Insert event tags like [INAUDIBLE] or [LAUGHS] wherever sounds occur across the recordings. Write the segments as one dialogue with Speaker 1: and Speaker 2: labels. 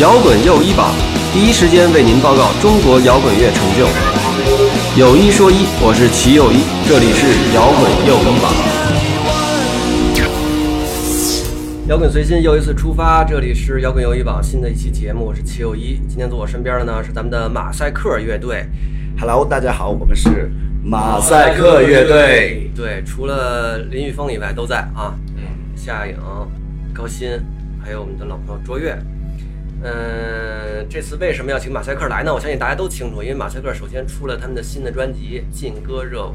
Speaker 1: 摇滚又一榜，第一时间为您报告中国摇滚乐成就。有一说一，我是齐又一，这里是摇滚又一榜。摇滚随心又一次出发，这里是摇滚又一榜新的一期节目，我是齐又一。今天坐我身边的呢是咱们的马赛克乐队。
Speaker 2: Hello，大家好，我们是马赛克乐队。
Speaker 1: 对，除了林玉峰以外都在啊。嗯，夏颖、高鑫，还有我们的老朋友卓越。嗯，这次为什么要请马赛克来呢？我相信大家都清楚，因为马赛克首先出了他们的新的专辑《劲歌热舞》。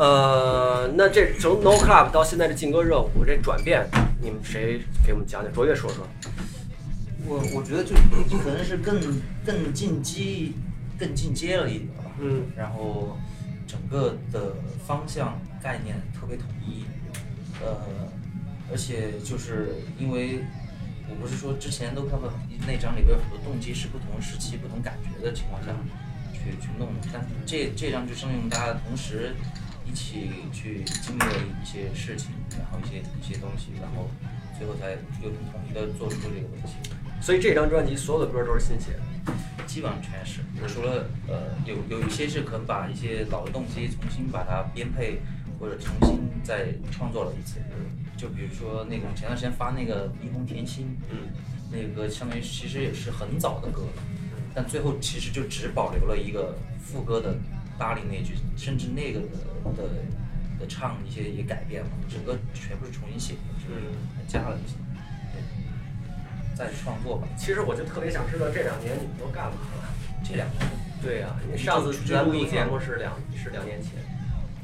Speaker 1: 呃，那这从 No Club 到现在的劲歌热舞这转变，你们谁给我们讲讲？卓越说说。
Speaker 3: 我我觉得就可能是更更进击、更进阶了一点吧。
Speaker 1: 嗯，
Speaker 3: 然后整个的方向概念特别统一，呃，而且就是因为我不是说之前都看到那张里边有很多动机是不同时期、不同感觉的情况下去去弄的，但这这张就是用大家同时一起去经历了一些事情，然后一些一些东西，然后最后才又很统一的做出这个东西。
Speaker 1: 所以这张专辑所有的歌都是新写的。
Speaker 3: 基本上全是，除了呃有有一些是可能把一些老的动机重新把它编配或者重新再创作了一次，就比如说那种前段时间发那个《霓虹甜心》，
Speaker 1: 嗯
Speaker 3: 那个歌相当于其实也是很早的歌了，但最后其实就只保留了一个副歌的搭理那句，甚至那个的的的唱一些也改变了，整个全部是重新写的，就是
Speaker 1: 嗯
Speaker 3: 加了一些，对，再创作吧。
Speaker 1: 其实我就特别想知道这两年你们都干嘛了。
Speaker 3: 这两个 [LAUGHS]
Speaker 1: 对呀、因为上次咱录节目是两是两年前，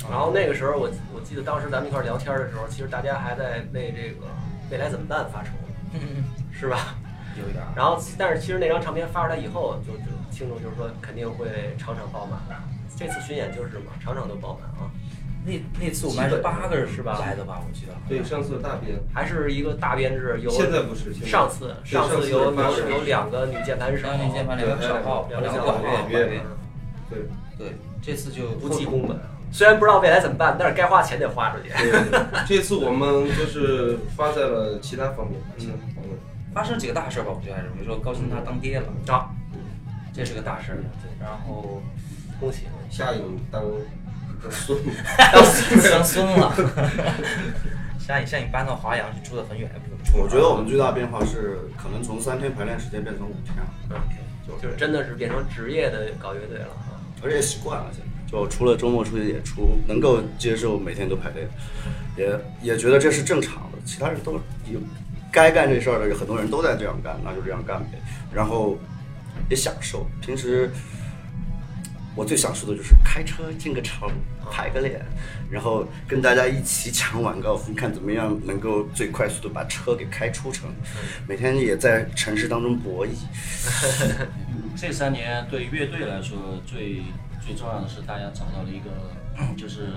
Speaker 1: 然后那个时候我我记得当时咱们一块儿聊天的时候，其实大家还在为这个未来怎么办发愁，是吧？
Speaker 3: 有一点儿。
Speaker 1: 然后但是其实那张唱片发出来以后，就就听众就是说肯定会场场爆满，这次巡演就是嘛，场场都爆满啊，
Speaker 3: 那那次我们还是八个人是吧来的吧？我记得。
Speaker 4: 对，上次大编
Speaker 1: 还是一个大编制，由
Speaker 4: 现在不是现在
Speaker 1: 上次
Speaker 4: 对
Speaker 1: 上
Speaker 4: 上
Speaker 1: 次
Speaker 4: 次
Speaker 1: 有
Speaker 4: 八
Speaker 1: 有
Speaker 4: 十
Speaker 1: 有两个女键盘手，
Speaker 3: 两个女键盘手
Speaker 1: 对
Speaker 3: 两个小号
Speaker 1: 两个
Speaker 3: 两
Speaker 1: 小
Speaker 3: 个
Speaker 1: 号
Speaker 3: 管乐
Speaker 1: 管乐
Speaker 4: 对，
Speaker 3: 对，这次就
Speaker 1: 不计工本。虽然不知道未来怎么办，但是该花钱得花出去。
Speaker 4: [LAUGHS] 对这次我们就是发在了其他方面，
Speaker 2: 嗯
Speaker 4: 其他方面。
Speaker 3: 发生几个大事儿吧，我觉得还是，比如说高鑫他当爹了，
Speaker 1: 啊，
Speaker 3: 这是个大事儿。对，然后
Speaker 1: 恭喜！
Speaker 4: 夏颖当当孙
Speaker 2: [LAUGHS]
Speaker 4: 女，
Speaker 3: 当当孙了，像你像你搬到华阳去住的很远，不怎么
Speaker 2: 我觉得我们最大变化是，可能从三天排练时间变成五天啊了，
Speaker 1: 就是真的是变成职业的搞乐队了啊！
Speaker 2: 而且也习惯了。现在就除了周末出去演出，能够接受每天都排练，也也觉得这是正常的。其他人都有该干这事儿的，有很多人都在这样干，那就这样干呗。然后也享受。平时我最享受的就是开车进个城，排个练，然后跟大家一起抢晚高峰，看怎么样能够最快速的把车给开出城。每天也在城市当中博弈。
Speaker 5: 这三年对乐队来说最最重要的是，大家找到了一个就是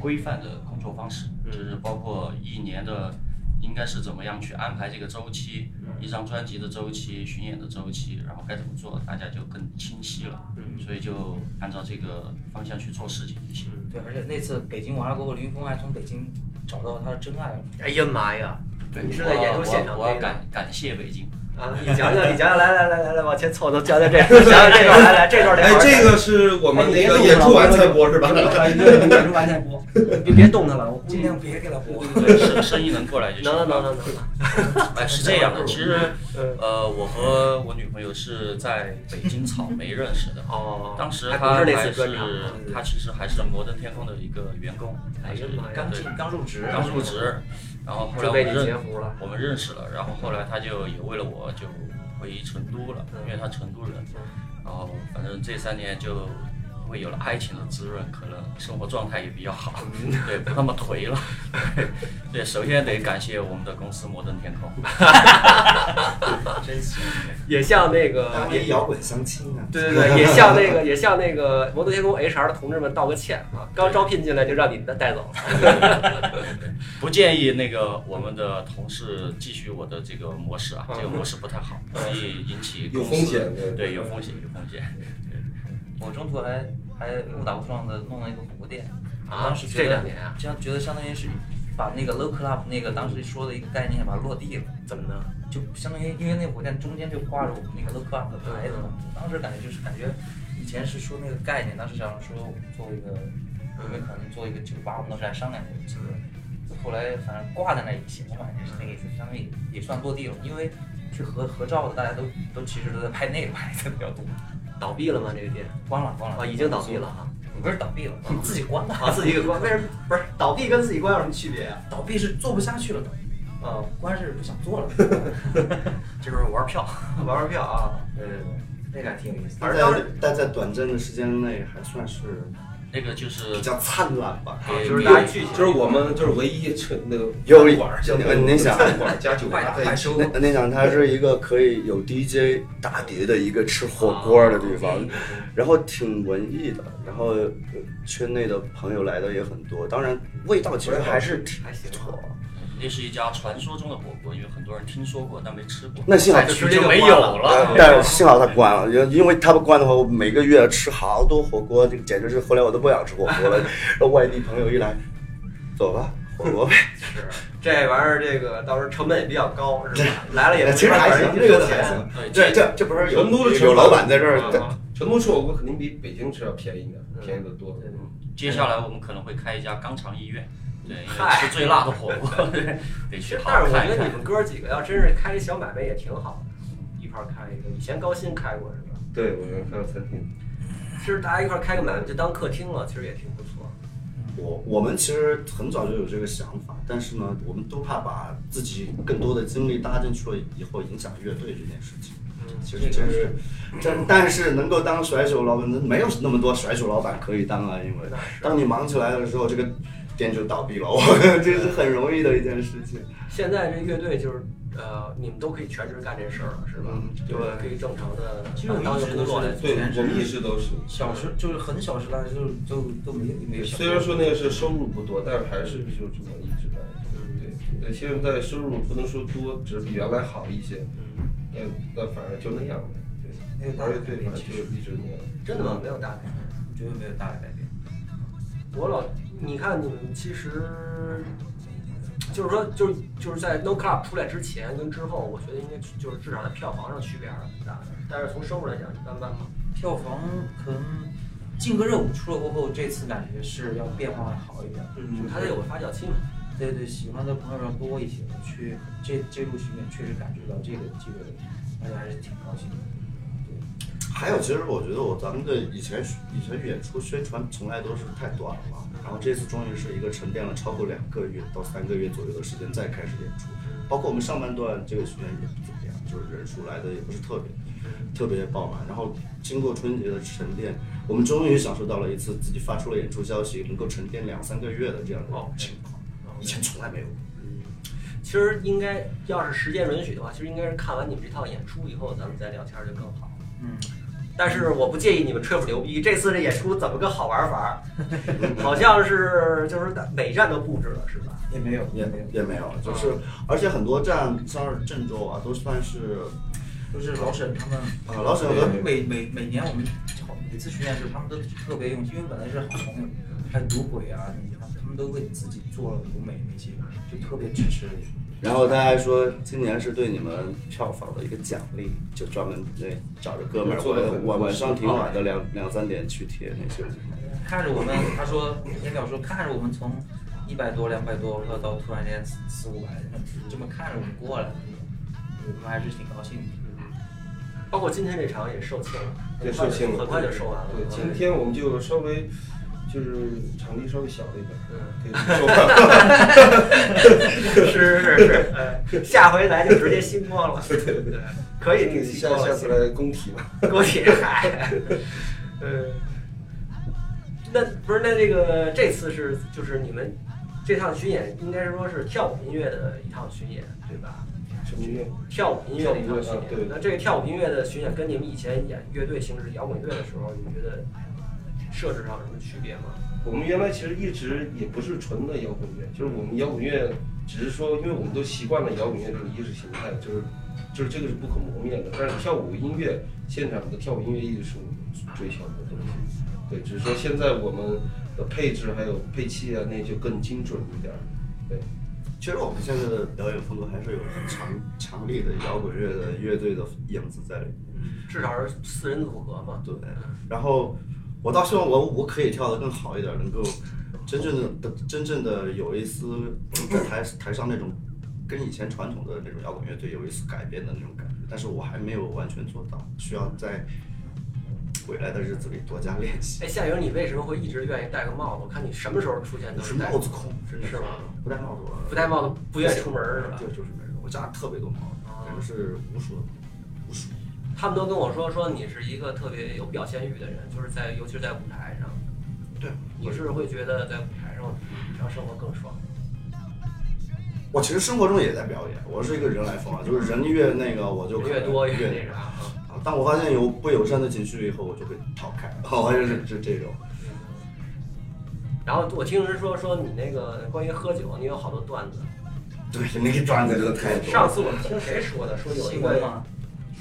Speaker 5: 规范的工作方式，
Speaker 1: 嗯
Speaker 5: 就是包括一年的应该是怎么样去安排这个周期，
Speaker 1: 嗯
Speaker 5: 一张专辑的周期、巡演的周期，然后该怎么做，大家就更清晰了。
Speaker 1: 嗯
Speaker 5: 所以就按照这个方向去做事情就行。
Speaker 1: 嗯
Speaker 3: 对，而且那次北京完了过后，林云峰还从北京找到他的真爱了。
Speaker 1: 哎呀妈呀！你是在演出现场
Speaker 5: 我
Speaker 1: 那
Speaker 5: 要我要
Speaker 1: 个
Speaker 5: 感感谢北
Speaker 1: [LAUGHS]
Speaker 5: 京。
Speaker 1: 啊？你讲讲，你讲讲，来来来来来，往前凑凑，讲讲
Speaker 2: [LAUGHS]
Speaker 1: 这段，讲讲这段，来来这段得
Speaker 4: 哎
Speaker 1: 好，好讲。
Speaker 4: 这个是我们
Speaker 1: 哎
Speaker 4: 那个演出完才播是 [LAUGHS] 吧？
Speaker 1: 对，演出完再播，别别动它了，我估计
Speaker 3: 尽量别给他播。
Speaker 5: 对，生生意能过来就行。
Speaker 1: 嗯能能能能能。
Speaker 5: 哎，是这样的，其实，呃，我和我女朋友是在北京草莓认识的。
Speaker 1: 哦
Speaker 5: 当时
Speaker 1: 还不
Speaker 5: 她
Speaker 1: 是那
Speaker 5: 还
Speaker 1: 次专
Speaker 5: 是
Speaker 1: 场啊
Speaker 5: 她其实还是摩登天空的一个员工，
Speaker 1: 哎呀
Speaker 5: 是
Speaker 1: 妈呀
Speaker 3: 刚
Speaker 5: 对
Speaker 3: 进刚入职，
Speaker 5: 刚入职，然后后来
Speaker 1: 准
Speaker 5: 我
Speaker 1: 备
Speaker 5: 们
Speaker 1: 你截
Speaker 5: 认
Speaker 1: 胡了
Speaker 5: 我们认识了，然后后来她就也为了我就回成都了，因为她成都人。
Speaker 1: 嗯
Speaker 5: 然后反正这三年就会有了爱情的滋润，可能生活状态也比较好，
Speaker 1: 嗯
Speaker 5: 对，不那么颓了。 [LAUGHS] 对对，首先得感谢我们的公司摩登天空。
Speaker 3: 真行。
Speaker 1: 也像那个，
Speaker 2: 单位啊摇滚相亲啊，
Speaker 1: 对对对，也向
Speaker 2: [LAUGHS]
Speaker 1: 那个也向那个摩登天空 HR 的同志们道个歉啊！刚招聘进来就让你们带走了。 [LAUGHS]
Speaker 5: 不建议那个我们的同事继续我的这个模式啊，这个模式不太好，容易引起
Speaker 4: 有
Speaker 5: 公司
Speaker 4: 风险对
Speaker 5: 对，有风险，有风险。
Speaker 3: 我中途还还误打误撞的弄了一个火锅店，
Speaker 1: 啊
Speaker 3: 我当时觉
Speaker 1: 这
Speaker 3: 得
Speaker 1: 两年啊
Speaker 3: 这样觉得相当于是把那个 low club 那个当时说的一个概念把它落地了，
Speaker 1: 怎么呢？
Speaker 3: 就相当于因为那火箭中间就挂着我们那个 low club 的牌子嘛，
Speaker 1: 嗯
Speaker 3: 当时感觉就是感觉以前是说那个概念，当时想说我们做一个
Speaker 1: 嗯
Speaker 3: 有没有可能做一个酒吧，我们当时还商量过这个。后来反正挂在那一起，我感
Speaker 1: 嗯
Speaker 3: 觉是那个意思，相当于也算落地了。因为去合合照的，大家都都其实都在拍那个牌子比较多，
Speaker 1: 倒闭了吗？这个店
Speaker 3: 关了关了
Speaker 1: 啊，已经倒闭了哈。
Speaker 3: 不是倒闭了，
Speaker 1: [LAUGHS]
Speaker 3: 啊自己关的。
Speaker 2: 把啊自己给关，为什么不是倒闭跟自己关有什么区别啊？
Speaker 3: 倒闭是做不下去了，呃，关是不想做了， [LAUGHS] 这就是玩票，
Speaker 1: [LAUGHS]
Speaker 2: 玩玩票啊，
Speaker 3: 对对对，那个还挺有意思的。
Speaker 2: 而当时但在短暂的时间内还算是
Speaker 5: 那个就是
Speaker 2: 比较灿烂吧，
Speaker 5: 给
Speaker 2: 就是
Speaker 5: 给
Speaker 2: 大家聚集。
Speaker 4: 就是我们就是唯一这那个
Speaker 2: 有
Speaker 4: 馆儿，
Speaker 2: 有
Speaker 4: 像那个
Speaker 2: 您想
Speaker 4: 餐馆儿加酒
Speaker 3: 外
Speaker 4: 吧
Speaker 3: 打
Speaker 4: 在
Speaker 3: 外
Speaker 4: 一起，
Speaker 3: 收，
Speaker 2: 那那想它是一个可以有 DJ 打碟的一个吃火锅的地方，然后挺文艺的，然后呃圈内的朋友来的也很多，当然味道其实还是挺不错。
Speaker 5: 那是一家传说中的火锅，因为很多人听说过但没吃过。
Speaker 2: 那幸好
Speaker 5: 在
Speaker 2: 去
Speaker 5: 区就
Speaker 2: 就
Speaker 5: 没有
Speaker 2: 关呃
Speaker 5: 了。
Speaker 2: 但是幸好它关了，因因为它不关的话，我每个月吃好多火锅，这个简直是后来我都不想吃火锅 [LAUGHS] 了。然后外地朋友一来，走吧，火锅呗。
Speaker 1: 是这玩意儿，这个到时候成本也比较高，是吧？来了也
Speaker 2: 其实还行，这个还行。这这这不是有
Speaker 4: 成都的吃
Speaker 2: 有
Speaker 4: 法
Speaker 2: 老板在这儿
Speaker 4: 啊，成都吃火锅肯定比北京吃要便宜的，便宜的多。
Speaker 1: 嗯
Speaker 5: 接下来我们可能会开一家肛肠医院，对，因为吃最辣的火锅， [LAUGHS] 对得去好
Speaker 1: 但
Speaker 5: 好
Speaker 1: 是我
Speaker 5: 看
Speaker 1: 觉得
Speaker 5: 一看
Speaker 1: 你。们哥几个要真是开一小买卖也挺好的，一块儿开一个。以前高鑫开过是吧？
Speaker 4: 对，我们还有餐厅，
Speaker 1: 其实大家一块儿开个买卖就当客厅了，其实也挺不错。
Speaker 2: 我我们其实很早就有这个想法，但是呢，我们都怕把自己更多的精力搭进去了以后，影响乐队这件事情。其实嗯这是，但但是能够当甩手老板，没有那么多甩手老板可以当啊，因为当你忙起来的时候，这个店就倒闭了，我 [LAUGHS] 这是很容易的一件事情。
Speaker 1: 现在这乐队就是，呃，你们都可以全职干这事儿了，是吧？
Speaker 2: 嗯对
Speaker 1: 就是可以正常的
Speaker 3: 其实我
Speaker 1: 当
Speaker 3: 们
Speaker 1: 一
Speaker 3: 一
Speaker 1: 个
Speaker 3: 直
Speaker 1: 工
Speaker 3: 都
Speaker 1: 作来
Speaker 3: 是
Speaker 1: 做。
Speaker 4: 对我们一直都是。
Speaker 3: 小时就是很小时，但是就就都没没有想
Speaker 4: 虽
Speaker 3: 过
Speaker 4: 然说那个是收入不多，但是还是就这么一直在。对对，现在收入不能说多，只是比原来好一些。
Speaker 1: 嗯
Speaker 4: 那那反正就那样呗。
Speaker 3: 没
Speaker 4: 对，
Speaker 3: 有大
Speaker 4: 玩
Speaker 3: 的
Speaker 4: 乐
Speaker 3: 改
Speaker 4: 队
Speaker 3: 变
Speaker 4: 反正
Speaker 3: 其
Speaker 4: 就
Speaker 3: 实
Speaker 4: 一直那样。
Speaker 1: 真的吗？没有大改变。
Speaker 3: 觉得没有大的改变。
Speaker 1: 我老，你看你们其实，就是说，就是就是在 No Club 出来之前跟之后，我觉得应该就是至少在票房上区别还是很大的，但是从收入来讲一般般吧。
Speaker 3: 票房可能劲歌热舞出了过后，这次感觉是要变化好一点。
Speaker 1: 嗯，
Speaker 3: 他
Speaker 1: 它得有个发酵期嘛。
Speaker 3: 对对，喜欢的朋友要多一些。去这这路巡演确实感觉到这个这个，大家还是挺高兴的。对，
Speaker 2: 还有，其实我觉得我咱们的以前以前演出宣传从来都是太短了，然后这次终于是一个沉淀了超过两个月到三个月左右的时间再开始演出，包括我们上半段这个巡演也不怎么样，就是人数来的也不是特别特别爆满，然后经过春节的沉淀，我们终于享受到了一次自己发出了演出消息能够沉淀两三个月的这样的情况，以前从来没有过。
Speaker 1: 其实应该要是时间允许的话，其实应该是看完你们这趟演出以后，咱们再聊天就更好。
Speaker 3: 嗯，
Speaker 1: 但是我不介意你们吹不牛逼，这次这演出怎么个好玩法
Speaker 4: [LAUGHS]
Speaker 1: 儿？好像是就是每站都布置了是吧？
Speaker 3: 也没有
Speaker 2: 也
Speaker 3: 没有，
Speaker 2: 也没有，就是而且很多站，像是郑州啊，都算是
Speaker 3: 都是老沈他们。
Speaker 2: 啊老沈和
Speaker 4: 对
Speaker 3: 每每每年我们好每次巡演的时候，他们都特别用心，因为本来是好朋友，还有赌鬼啊那些，他们都会自己做舞美那些，就特别支持。
Speaker 2: 然后他还说，今年是对你们票房的一个奖励，就专门对找着哥们儿，
Speaker 4: 做了
Speaker 2: 我
Speaker 4: 很多
Speaker 2: 晚晚上
Speaker 4: 事
Speaker 2: 挺晚的两两三点去贴那些。
Speaker 3: 看着我们，他说严淼说看着我们从一百多、两百多，然后到突然间四四五百，这么看着我们过来，我们还是挺高兴的。
Speaker 1: 包括今天这场也售罄了，
Speaker 4: 对，售罄了，
Speaker 1: 很快就售完了。
Speaker 4: 对，今天我们就稍微就是场地稍微小了一点，
Speaker 1: 嗯
Speaker 4: 对，售完了。
Speaker 1: 是是是
Speaker 4: [LAUGHS]
Speaker 1: 是，呃，下回咱就直接新播了。对对对， [LAUGHS] 可以定期
Speaker 4: 下
Speaker 1: 播
Speaker 4: 下
Speaker 1: 了。
Speaker 4: 次来工体吧。
Speaker 1: 国铁
Speaker 4: [LAUGHS]
Speaker 1: 海，呃，那不是那这个这次是就是你们这趟巡演应该说是跳舞音乐的一趟巡演对吧？
Speaker 4: 什么音乐？
Speaker 1: 跳舞音乐的一趟巡
Speaker 4: 跳舞音乐啊
Speaker 1: 演。
Speaker 4: 对
Speaker 1: 那这个跳舞音乐的巡演跟你们以前演乐队形式摇滚乐的时候，你觉得设置上有什么区别吗？
Speaker 4: 我们原来其实一直也不是纯的摇滚乐，就是我们摇滚乐只是说，因为我们都习惯了摇滚乐这个意识形态，就是就是这个是不可磨灭的。但是跳舞音乐现场的跳舞音乐艺术追求的东西，对，只是说现在我们的配置还有配器啊，那就更精准一点儿，对，
Speaker 2: 其实我们现在的表演风格还是有强强力的摇滚乐的乐队的影子在里面。
Speaker 1: 至少是四人组合嘛。
Speaker 2: 对，然后我倒希望我我可以跳得更好一点，能够真正的真正的有一丝在台台上那种跟以前传统的那种摇滚乐队有一丝改变的那种感觉，但是我还没有完全做到，需要在未来的日子里多加练习。
Speaker 1: 哎，夏雨，你为什么会一直愿意戴个帽子？我看你什么时候出现
Speaker 2: 我
Speaker 1: 都
Speaker 2: 是啊
Speaker 1: 戴
Speaker 2: 帽子控，真的
Speaker 1: 是吗？
Speaker 2: 不戴帽子我
Speaker 1: 不戴帽子不愿意出门儿是吧
Speaker 2: 对，就是那种，我家特别多帽子，
Speaker 1: 哦
Speaker 2: 但是无数的无数。
Speaker 1: 他们都跟我说说你是一个特别有表现欲的人，就是在尤其是在舞台上，
Speaker 2: 对，
Speaker 1: 你是会觉得在舞台上让生活更爽。
Speaker 2: 我其实生活中也在表演，我是一个人来疯啊，就是人越那个我就可能
Speaker 1: 越多越
Speaker 2: 越
Speaker 1: 那啥啊。
Speaker 2: 啊，当我发现有不友善的情绪以后，我就会逃开，我就是这这种。
Speaker 1: 嗯然后我听人说说你那个关于喝酒，你有好多段子。
Speaker 2: 对，那个段子真的太多了。
Speaker 1: 上次我听谁说的？说有一
Speaker 3: 新闻
Speaker 1: 个
Speaker 3: 吗？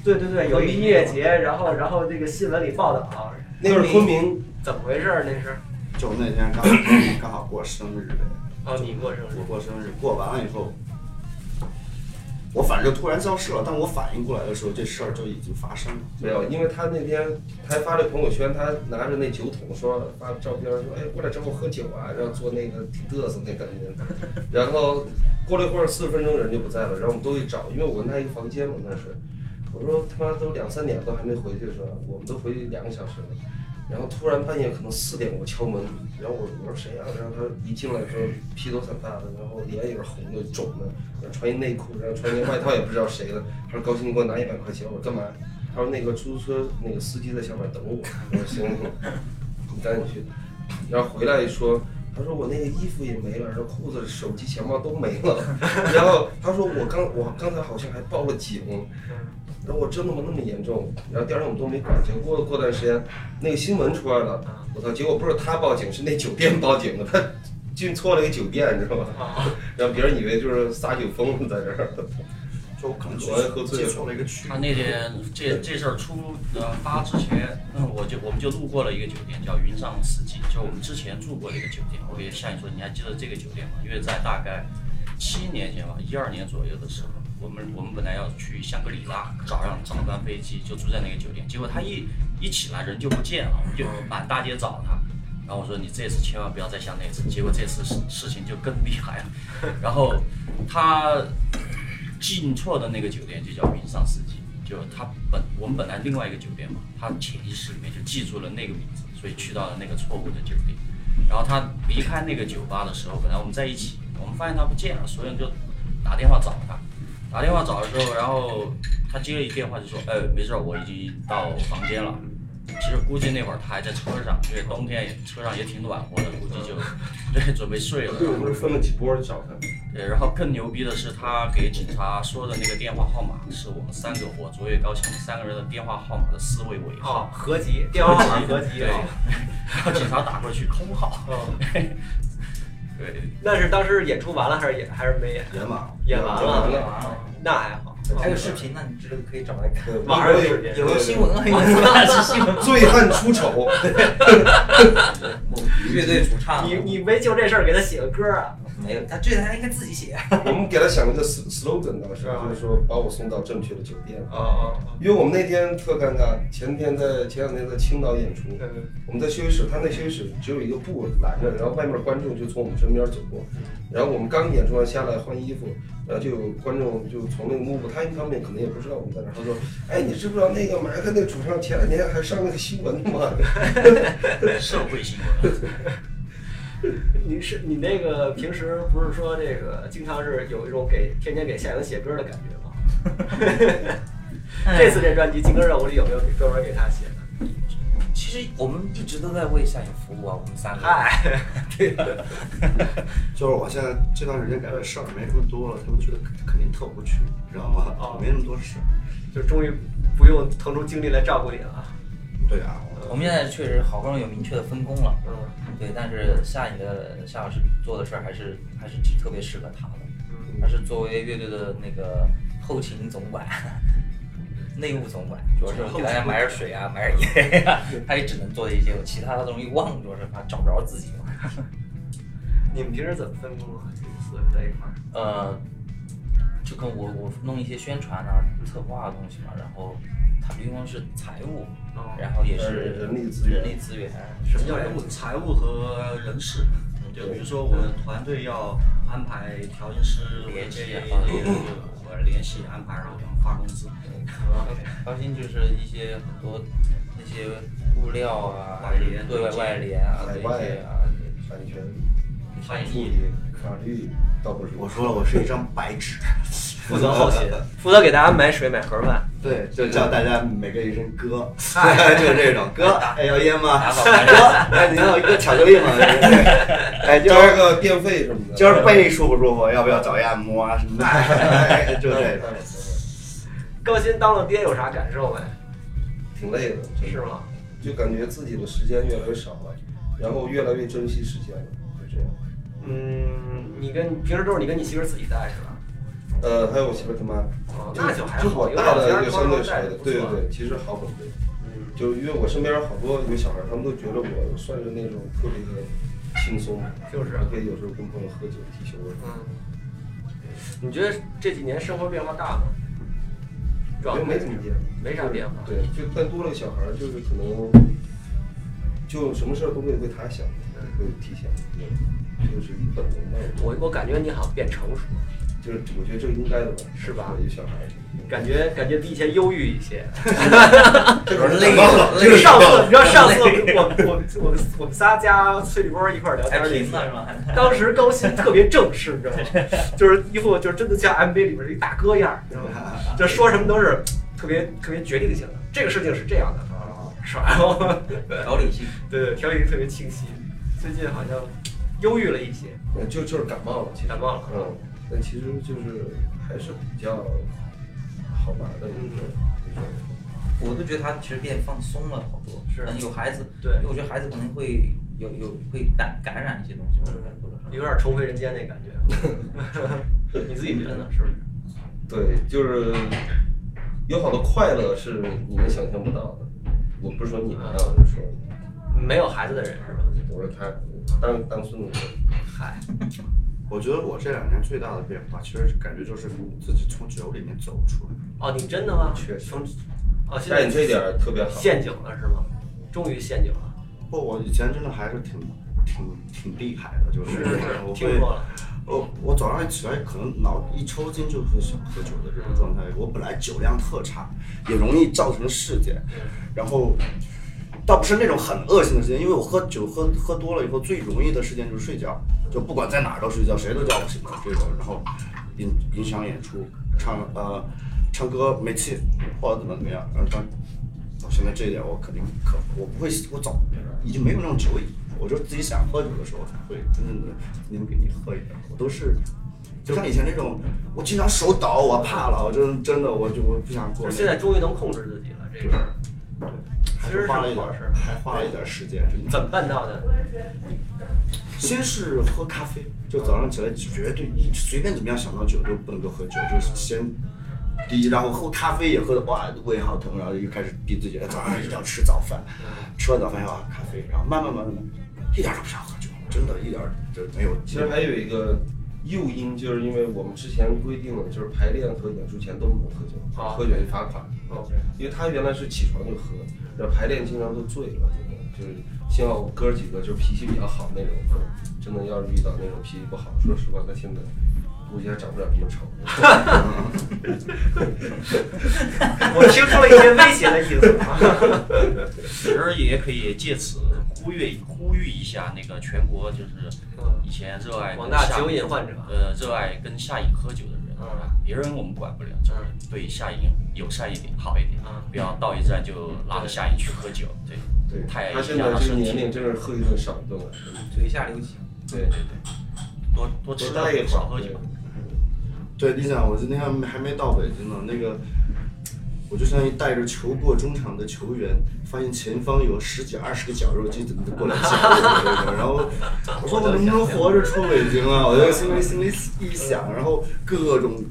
Speaker 1: 对对对，有一音乐节，然后然后这个新闻里报道，
Speaker 2: 那个
Speaker 1: 就是昆明怎么回事儿？那是
Speaker 2: 就那天刚刚好过生日呗，
Speaker 1: 哦，你过生日
Speaker 2: 我过生日过完了以后，我反正就突然消失了，但我反应过来的时候，这事儿就已经发生了。
Speaker 4: 没有，因为他那天他还发了朋友圈，他拿着那酒桶说发照片说，哎，过来找我喝酒啊，然后做那个挺嘚瑟那感觉。然后过了一会儿，四十分钟人就不在了，然后我们都去找，因为我跟他一个房间嘛，那是。我说他妈都两三点都还没回去是吧？我们都回去两个小时了。然后突然半夜可能四点我敲门，然后我我说谁啊？然后他一进来说披头散发的，然后脸也是红的肿的，然后穿一内裤，然后穿一外套也不知道谁的。他说高兴，你给我拿一百块钱。我说干嘛？他说那个出租车那个司机在下面等我。我说行，你赶紧去。然后回来一说，他说我那个衣服也没了，然后裤子、手机、钱包都没了。然后他说我刚我刚才好像还报了警。然后我真的吗？那么严重？然后第二天我们都没管。结果过过段时间，那个新闻出来了，
Speaker 1: 啊
Speaker 4: 我操！结果不是他报警，是那酒店报警的，他 [LAUGHS] 进错了一个酒店，你知道吗？
Speaker 1: 啊，
Speaker 4: 让别人以为就是撒酒疯子在这儿。
Speaker 2: 就我可能去
Speaker 4: 我还喝醉了
Speaker 2: 记错了一个区
Speaker 1: 啊
Speaker 5: 他。那天这这事儿出呃发之前，嗯我就我们就路过了一个酒店，叫云上四季，就我们之前住过的一个酒店。我给向你说，你还记得这个酒店吗？因为在大概七年前吧，一二年左右的时候，我们我们本来要去香格里拉，早上早班飞机就住在那个酒店，结果他一一起来人就不见了，我们就满大街找他。然后我说你这次千万不要再像那次，结果这次事事情就更厉害了。然后他进错的那个酒店就叫云上四季，就他本我们本来另外一个酒店嘛，他潜意识里面就记住了那个名字，所以去到了那个错误的酒店。然后他离开那个酒吧的时候，本来我们在一起，我们发现他不见了，所有人就打电话找他，打电话找的时候，然后他接了一电话就说，哎，没事儿，我已经到房间了。其实估计那会儿他还在车上，因为冬天也车上也挺暖和的，估计就对准备睡了。
Speaker 4: 对，我们是分了几波去找他。
Speaker 5: 对，然后更牛逼的是，他给警察说的那个电话号码是我们三个我卓越高强三个人的电话号码的四位尾号。
Speaker 1: 哦，合集电话号码合集
Speaker 5: 对， [LAUGHS]
Speaker 1: 啊。嗯
Speaker 5: 然后警察打过去空号。对，
Speaker 1: 那是当时演出完了还是演还是没演？
Speaker 2: 演完
Speaker 1: 演完
Speaker 2: 就
Speaker 1: 了
Speaker 2: 完
Speaker 1: 那还好。嗯
Speaker 3: 还有视频呢，你这可以找来看。
Speaker 1: 网上有视频
Speaker 3: 有
Speaker 1: [LAUGHS]
Speaker 3: 新闻啊，有那是新闻。
Speaker 4: 醉汉出丑，
Speaker 3: 某乐队主唱
Speaker 1: 你你没就这事儿给他写个歌啊？
Speaker 3: 没有，他这他应该自己写。
Speaker 4: 我们给他想了个 s- slogan，当时
Speaker 1: 啊
Speaker 4: 就是说把我送到正确的酒店。
Speaker 1: 哦
Speaker 4: 因为我们那天特尴尬，前天在前两天在青岛演出，我们在休息室，他那休息室只有一个布拦着，然后外面观众就从我们身边走过，然后我们刚演出完下来换衣服，然后就有观众就从那个幕布，他一方面可能也不知道我们在哪儿，他说，哎，你知不知道那个马克那主唱前两年还上那个新闻吗？
Speaker 5: 社会新闻。 [LAUGHS]
Speaker 1: 你是你那个平时不是说这个经常是有一种给天天给夏莹写歌的感觉吗？ [LAUGHS] 这次这专辑《进歌任务》里有没有给专门给他写的？
Speaker 3: 其实我们一直都在为夏雨服务啊，我们三个。
Speaker 1: 嗨， [LAUGHS]
Speaker 3: 对啊。
Speaker 2: 就是我现在这段时间感觉事儿没那么多了，他们觉得肯定特无趣，你知道吗？
Speaker 1: 哦
Speaker 2: 没那么多事儿。
Speaker 1: 就终于不用腾出精力来照顾你了。
Speaker 2: 对啊，
Speaker 3: 我们现在确实好不容易有明确的分工了，
Speaker 1: 嗯
Speaker 3: 对，但是夏雨的夏老师做的事儿还是还是特别适合他的，
Speaker 1: 嗯
Speaker 3: 他是作为乐队的那个后勤总管、 [LAUGHS] 内务总管，主要是给大家买点水啊，买点烟啊，他也只能做这些，其他的东西忘，主要是怕找不着自己嘛。
Speaker 6: 你们平时怎么分工啊？这个四个人在一块儿，
Speaker 3: 呃，就跟我我弄一些宣传啊、策划的东西嘛，然后他因为是财务，
Speaker 6: 哦
Speaker 3: 然后也
Speaker 4: 呃
Speaker 3: 是
Speaker 4: 人力资源
Speaker 3: 人力资源
Speaker 1: 哦
Speaker 6: 什么叫
Speaker 5: 财务、财务和人事，就比如说我们团队要安排调音师
Speaker 3: 联系
Speaker 5: 接
Speaker 3: 啊
Speaker 5: 我联系安排，然后给他们发工资。
Speaker 3: 高鑫就是一些很多那些物料啊、
Speaker 5: 外联
Speaker 3: 对外外联啊
Speaker 4: 海
Speaker 3: 这
Speaker 4: 外
Speaker 3: 些啊，
Speaker 4: 版权、
Speaker 3: 翻
Speaker 4: 助
Speaker 3: 译
Speaker 4: 理、法律，倒不是
Speaker 2: 我说了，我是一张白纸，
Speaker 1: [LAUGHS] 负责后勤， [LAUGHS] 负责给大家买水买盒饭。
Speaker 2: 对，就叫大家每个一声哥， [LAUGHS] 就这种哥，哎要烟吗？
Speaker 3: 打扫
Speaker 2: 哥，哎您
Speaker 3: 干净
Speaker 2: 要一个巧克 [LAUGHS] 力吗？哎，今
Speaker 4: 交
Speaker 2: 儿
Speaker 4: 个电费什么的。
Speaker 2: 今儿背舒不舒服？要不要找一按摩啊什么的？哎就这种。
Speaker 1: 高鑫当了爹有啥感受没？
Speaker 4: 挺累的，真的
Speaker 1: 是吗？
Speaker 4: 就感觉自己的时间越来越少了，然后越来越珍惜时间了，就这样。
Speaker 1: 嗯，你跟平时都是你跟你媳妇儿自己带是吧？
Speaker 4: 呃，还有我媳妇他妈，
Speaker 1: 哦
Speaker 4: 就
Speaker 1: 那就还好
Speaker 4: 就我带的一个相对少
Speaker 1: 有老家
Speaker 4: 的，
Speaker 1: 光
Speaker 4: 对
Speaker 1: 荣带就
Speaker 4: 对对，其实好很多。
Speaker 1: 嗯
Speaker 4: 就因为我身边好多有小孩，他们都觉得我算是那种特别的轻松，
Speaker 1: 就是
Speaker 4: 可以有时候跟朋友喝酒踢球。啊
Speaker 1: 嗯，你觉得这几年生活变化大吗？
Speaker 4: 我觉得没怎么变，
Speaker 1: 没啥变化。
Speaker 4: 对，就但多了个小孩，就是可能就什么事儿都会为他想，
Speaker 1: 嗯
Speaker 4: 会替想，就是本能的。
Speaker 1: 我我感觉你好像变成熟，
Speaker 4: 就是我觉得这个应该的吧，
Speaker 1: 是吧
Speaker 4: 一个小孩儿，
Speaker 1: 感觉感觉比以前忧郁一些。
Speaker 2: 哎
Speaker 4: 这个
Speaker 3: 累了
Speaker 1: [LAUGHS] 就是上次， [LAUGHS] 你知道上次我我我我我们仨加崔立波一块儿聊天
Speaker 3: 还
Speaker 1: 儿那
Speaker 3: 平呢
Speaker 1: 次
Speaker 3: 是，吧？
Speaker 1: [LAUGHS] 当时高鑫特别正式，你知道 [LAUGHS] 吗？就是一副就是真的像 MV 里边一大哥样儿，你知道 [LAUGHS] 吗？就说什么都是特别特别决定性的。这个事情是这样的，是吧？然后
Speaker 3: 条理性，
Speaker 1: [LAUGHS] 对哦 [LAUGHS] 对，条理特别清晰。最近好像忧郁了一些，
Speaker 4: 呃就就是感冒了，其实
Speaker 1: 感冒了
Speaker 4: 嗯，但其实就是还是比较好玩的一个
Speaker 1: 嗯
Speaker 4: 一种。
Speaker 3: [LAUGHS] 我都觉得他其实变放松了好多。
Speaker 1: 是
Speaker 3: 嗯有孩子，
Speaker 1: 对
Speaker 3: 因为我觉得孩子可能会有有会感感染一些东西，我觉得多多少少
Speaker 1: 嗯有点重回人间那感 [LAUGHS] 觉。你自己觉得呢？是不是？
Speaker 4: 对，就是有好多快乐是你们想象不到的。我不是说你们啊，我是说
Speaker 1: 没有孩子的人是吧？
Speaker 4: 我说他当当孙子，
Speaker 1: 嗨，
Speaker 2: 我觉得我这两年最大的变化，其实感觉就是自己从酒里面走出来。
Speaker 1: 哦，你真的吗？
Speaker 4: 确实
Speaker 1: 从哦，现在
Speaker 4: 但你这点儿特别好。
Speaker 1: 陷阱了是吗？终于陷阱了。
Speaker 2: 不，我以前真的还是挺挺挺厉害的，就是
Speaker 1: [LAUGHS] 是是
Speaker 2: 我
Speaker 1: 听说
Speaker 2: 会
Speaker 1: 了，
Speaker 2: 我我早上起来可能脑一抽筋就会想喝酒的这种状态。我本来酒量特差，也容易造成事件，然后。倒不是那种很恶性的事情，因为我喝酒喝喝多了以后，最容易的事件就是睡觉，就不管在哪儿都睡觉，谁都叫不醒的这种。然后影影响演出，唱呃唱歌没气，或者怎么怎么样，然后当到现在这一点我肯定可我不会，我早已经没有那种酒瘾，我就自己想喝酒的时候才会真正的今天给你喝一点。我都是就像以前那种，我经常手抖，我怕了，我真真的我就我不想过
Speaker 1: 就
Speaker 2: 那
Speaker 1: 是
Speaker 2: 种。
Speaker 1: 现在终于能控制自己了，这个
Speaker 2: 还
Speaker 1: 其实
Speaker 2: 是
Speaker 1: 是
Speaker 2: 花了一点
Speaker 1: 好事
Speaker 2: 儿，还花了一点儿时间。真的
Speaker 1: 怎么办到
Speaker 2: [LAUGHS]
Speaker 1: 的？
Speaker 2: 先是喝咖啡，就早上起来绝对一随便怎么样想到酒都不能够喝酒，就是先第一，然后喝咖啡也喝的哇胃好疼，然后又开始逼自己哎早上一定要吃早饭，吃完早饭要喝咖啡，然后慢慢慢慢慢慢，一点儿都不想喝酒，真的一点儿就没有。
Speaker 4: 其实还有一个诱因，就是因为我们之前规定了，就是排练和演出前都不能喝酒，
Speaker 1: 哦
Speaker 4: 喝酒就罚款。
Speaker 1: 哦
Speaker 4: 因为他原来是起床就喝，然后排练经常都醉了，真的就是幸好我哥几个就是脾气比较好那种，真的要是遇到那种脾气不好，说实话，他现在估计还长不了什么丑。
Speaker 1: 我听出了一些威胁的意思啊。
Speaker 2: [LAUGHS]
Speaker 5: 其实也可以借此呼吁呼吁一下那个全国，就是以前热爱
Speaker 1: 嗯广
Speaker 5: 跟
Speaker 1: 大
Speaker 5: 下
Speaker 1: 酒瘾患者嗯
Speaker 5: 呃，热爱跟下瘾喝酒的人，啊，别人我们管不了，就是对下瘾友善一点，好一点
Speaker 1: 嗯，
Speaker 5: 不要到一站就拉着下瘾去喝酒，对，
Speaker 4: 对，
Speaker 5: 太
Speaker 4: 他现
Speaker 5: 压
Speaker 4: 在
Speaker 5: 到
Speaker 4: 这个
Speaker 5: 身
Speaker 4: 年
Speaker 5: 体，
Speaker 4: 龄真是喝一顿少一顿了，
Speaker 3: 嘴下留情，
Speaker 4: 对对对，
Speaker 5: 多多吃
Speaker 4: 多待一
Speaker 5: 点，
Speaker 4: 会
Speaker 5: 少
Speaker 4: 儿
Speaker 5: 喝
Speaker 4: 对
Speaker 5: 酒。
Speaker 2: 对，你想，我今天还没还没到北京呢，那个，我就相当于带着球过中场的球员，发现前方有十几二十个绞肉机等着过来绞肉我这个，然后我说我能不能活着出北京啊？我就心里心里一想，然后各种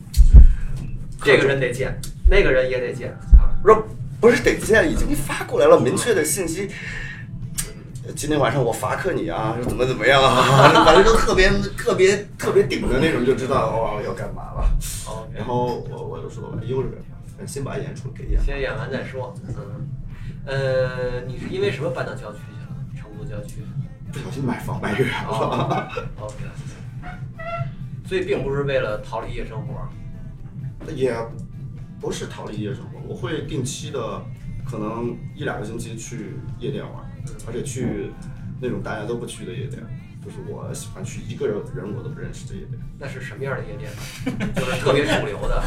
Speaker 1: 这个人得见，那个人也得见。啊
Speaker 2: 不是不是得见，已经发过来了明确的信息，今天晚上我罚克你啊，怎么怎么样啊，反正都特别特别特别顶的那种，就知道哦要干嘛了。
Speaker 6: 哦，
Speaker 2: 然后我我就说吧，悠着点儿，先把演出给演。
Speaker 1: 先演完再说。嗯，呃，你是因为什么搬到郊区去了？成都郊区。
Speaker 2: 不小心买房卖月
Speaker 1: 哦
Speaker 2: 了，
Speaker 1: OK。所以并不是为了逃离夜生活。
Speaker 2: [LAUGHS] 也不是逃离夜生活，我会定期的，可能一两个星期去夜店玩，而且去那种大家都不去的夜店，就是我喜欢去一个人人我都不认识的夜店。
Speaker 1: 那是什么样的夜店呢？就是特别主流
Speaker 2: [LAUGHS]
Speaker 1: 的，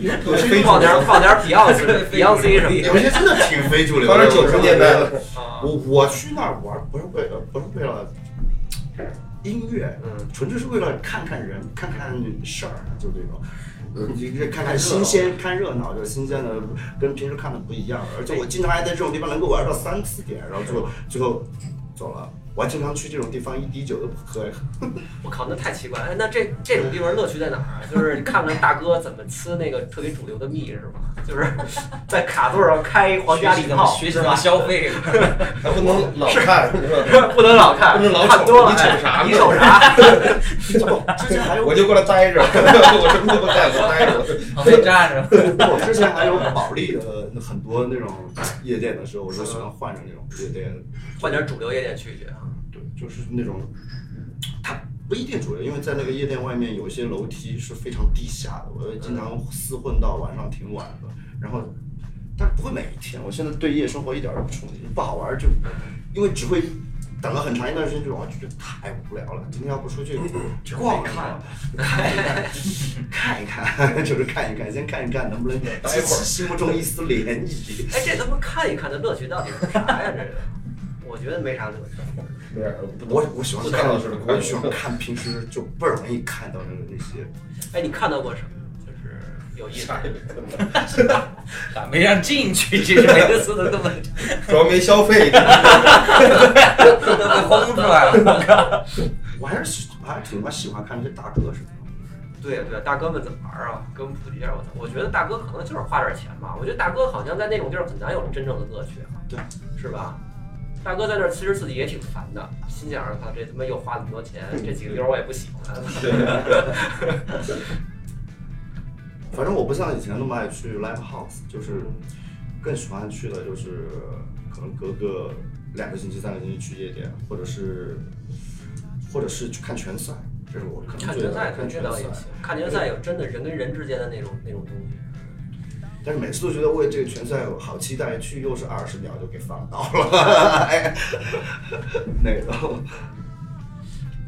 Speaker 2: 有些非主
Speaker 1: 放点
Speaker 2: 流，
Speaker 1: 放点
Speaker 2: [LAUGHS]
Speaker 1: Beyonce、Beyonce 什么
Speaker 2: 有
Speaker 1: 的。啊
Speaker 2: 些真的挺非主流
Speaker 4: 反
Speaker 2: 的。
Speaker 4: 正90年代的
Speaker 2: 我我去那儿玩不是为了不是为了音乐，
Speaker 1: 嗯
Speaker 2: 纯粹是为了看看人，看看事儿，啊就这种。呃，你这看看新鲜，看热闹，就是新鲜的，跟平时看的不一样。而且我经常还在这种地方能够玩到三四点，然后最后最后走了。我还经常去这种地方，一滴酒都不喝呀。
Speaker 1: 我靠，那太奇怪了。哎那这这种地方乐趣在哪儿
Speaker 4: [LAUGHS]
Speaker 1: 啊？就是你看看大哥怎么吃那个特别主流的蜜是吗？就是在卡座上开皇家礼炮，
Speaker 3: 学习
Speaker 1: 是
Speaker 3: 怎么
Speaker 1: 吧？
Speaker 3: 消费，
Speaker 4: 还不能老看，是
Speaker 1: [LAUGHS]
Speaker 4: 吧？
Speaker 1: 不能老看，
Speaker 4: 不能老
Speaker 1: 看
Speaker 4: 瞅
Speaker 1: 多了，
Speaker 4: 你瞅
Speaker 1: 哎
Speaker 4: 啥呢
Speaker 1: 你瞅啥？
Speaker 2: 之前还有
Speaker 4: 我就过来待着，我什么都不干，我待着。
Speaker 3: 旁边站着。
Speaker 2: [LAUGHS] 我之前还有保利的很多那种夜店的时候，我就喜欢换着那种夜店
Speaker 1: 换点主流夜店去去啊。
Speaker 2: 对，就是那种，它不一定主流，因为在那个夜店外面有一些楼梯是非常低下的，我经常厮混到晚上挺晚的，然后，但是不会每天。我现在对夜生活一点儿都不憧憬，不好玩儿就，因为只会等了很长一段时间，就老觉得太无聊了。今天要不出去 [CLEARS THROAT] 逛一逛，看一看，看一 [LAUGHS] 看，就是看一看，先看一看能不能
Speaker 4: 待会儿
Speaker 2: 激起心目中一丝涟漪。 [LAUGHS]
Speaker 1: 哎，这他妈看一看的乐趣到底是啥呀？这个，我觉得没啥乐趣。
Speaker 4: 对，
Speaker 2: 我我喜欢
Speaker 4: 自
Speaker 2: 看
Speaker 4: 干老师的，
Speaker 2: 我喜欢看平时就不容易看到的那些。
Speaker 1: 哎，你看到过什么？就是有意思的。
Speaker 3: 咋没让进去？这是每个词都这么
Speaker 4: 主要没消费。
Speaker 3: 都被轰出来了。
Speaker 2: 我还是喜我还是挺蛮喜欢看那些大哥什么的。
Speaker 1: 对啊呀对呀，大哥们怎么玩儿啊？给我们普及一下，我操！我觉得大哥可能就是花点钱吧。我觉得大哥好像在那种地儿很难有真正的乐趣啊，
Speaker 2: 对，
Speaker 1: 是吧？大哥在那儿其实自己也挺烦的，心想着他这他妈又花那么多钱，这几个妞儿我也不喜欢。
Speaker 2: 反正我不像以前那么爱去 live house，就是更喜欢去的就是可能隔个两个星期、三个星期去夜店，或者是或者是去看拳赛，这是我可能
Speaker 1: [LAUGHS] 看
Speaker 2: 最
Speaker 1: 决
Speaker 2: 爱
Speaker 1: 赛
Speaker 2: 的
Speaker 1: 肯
Speaker 2: 看
Speaker 1: 定
Speaker 2: 拳
Speaker 1: 倒
Speaker 2: 赛
Speaker 1: 也。行，看决赛有真的人跟人之间的那种那种东西。
Speaker 2: 但是每次都觉得为这个拳赛好期待，去又是二十秒就给放倒了， [LAUGHS]
Speaker 1: [LAUGHS]
Speaker 2: 哎，那个。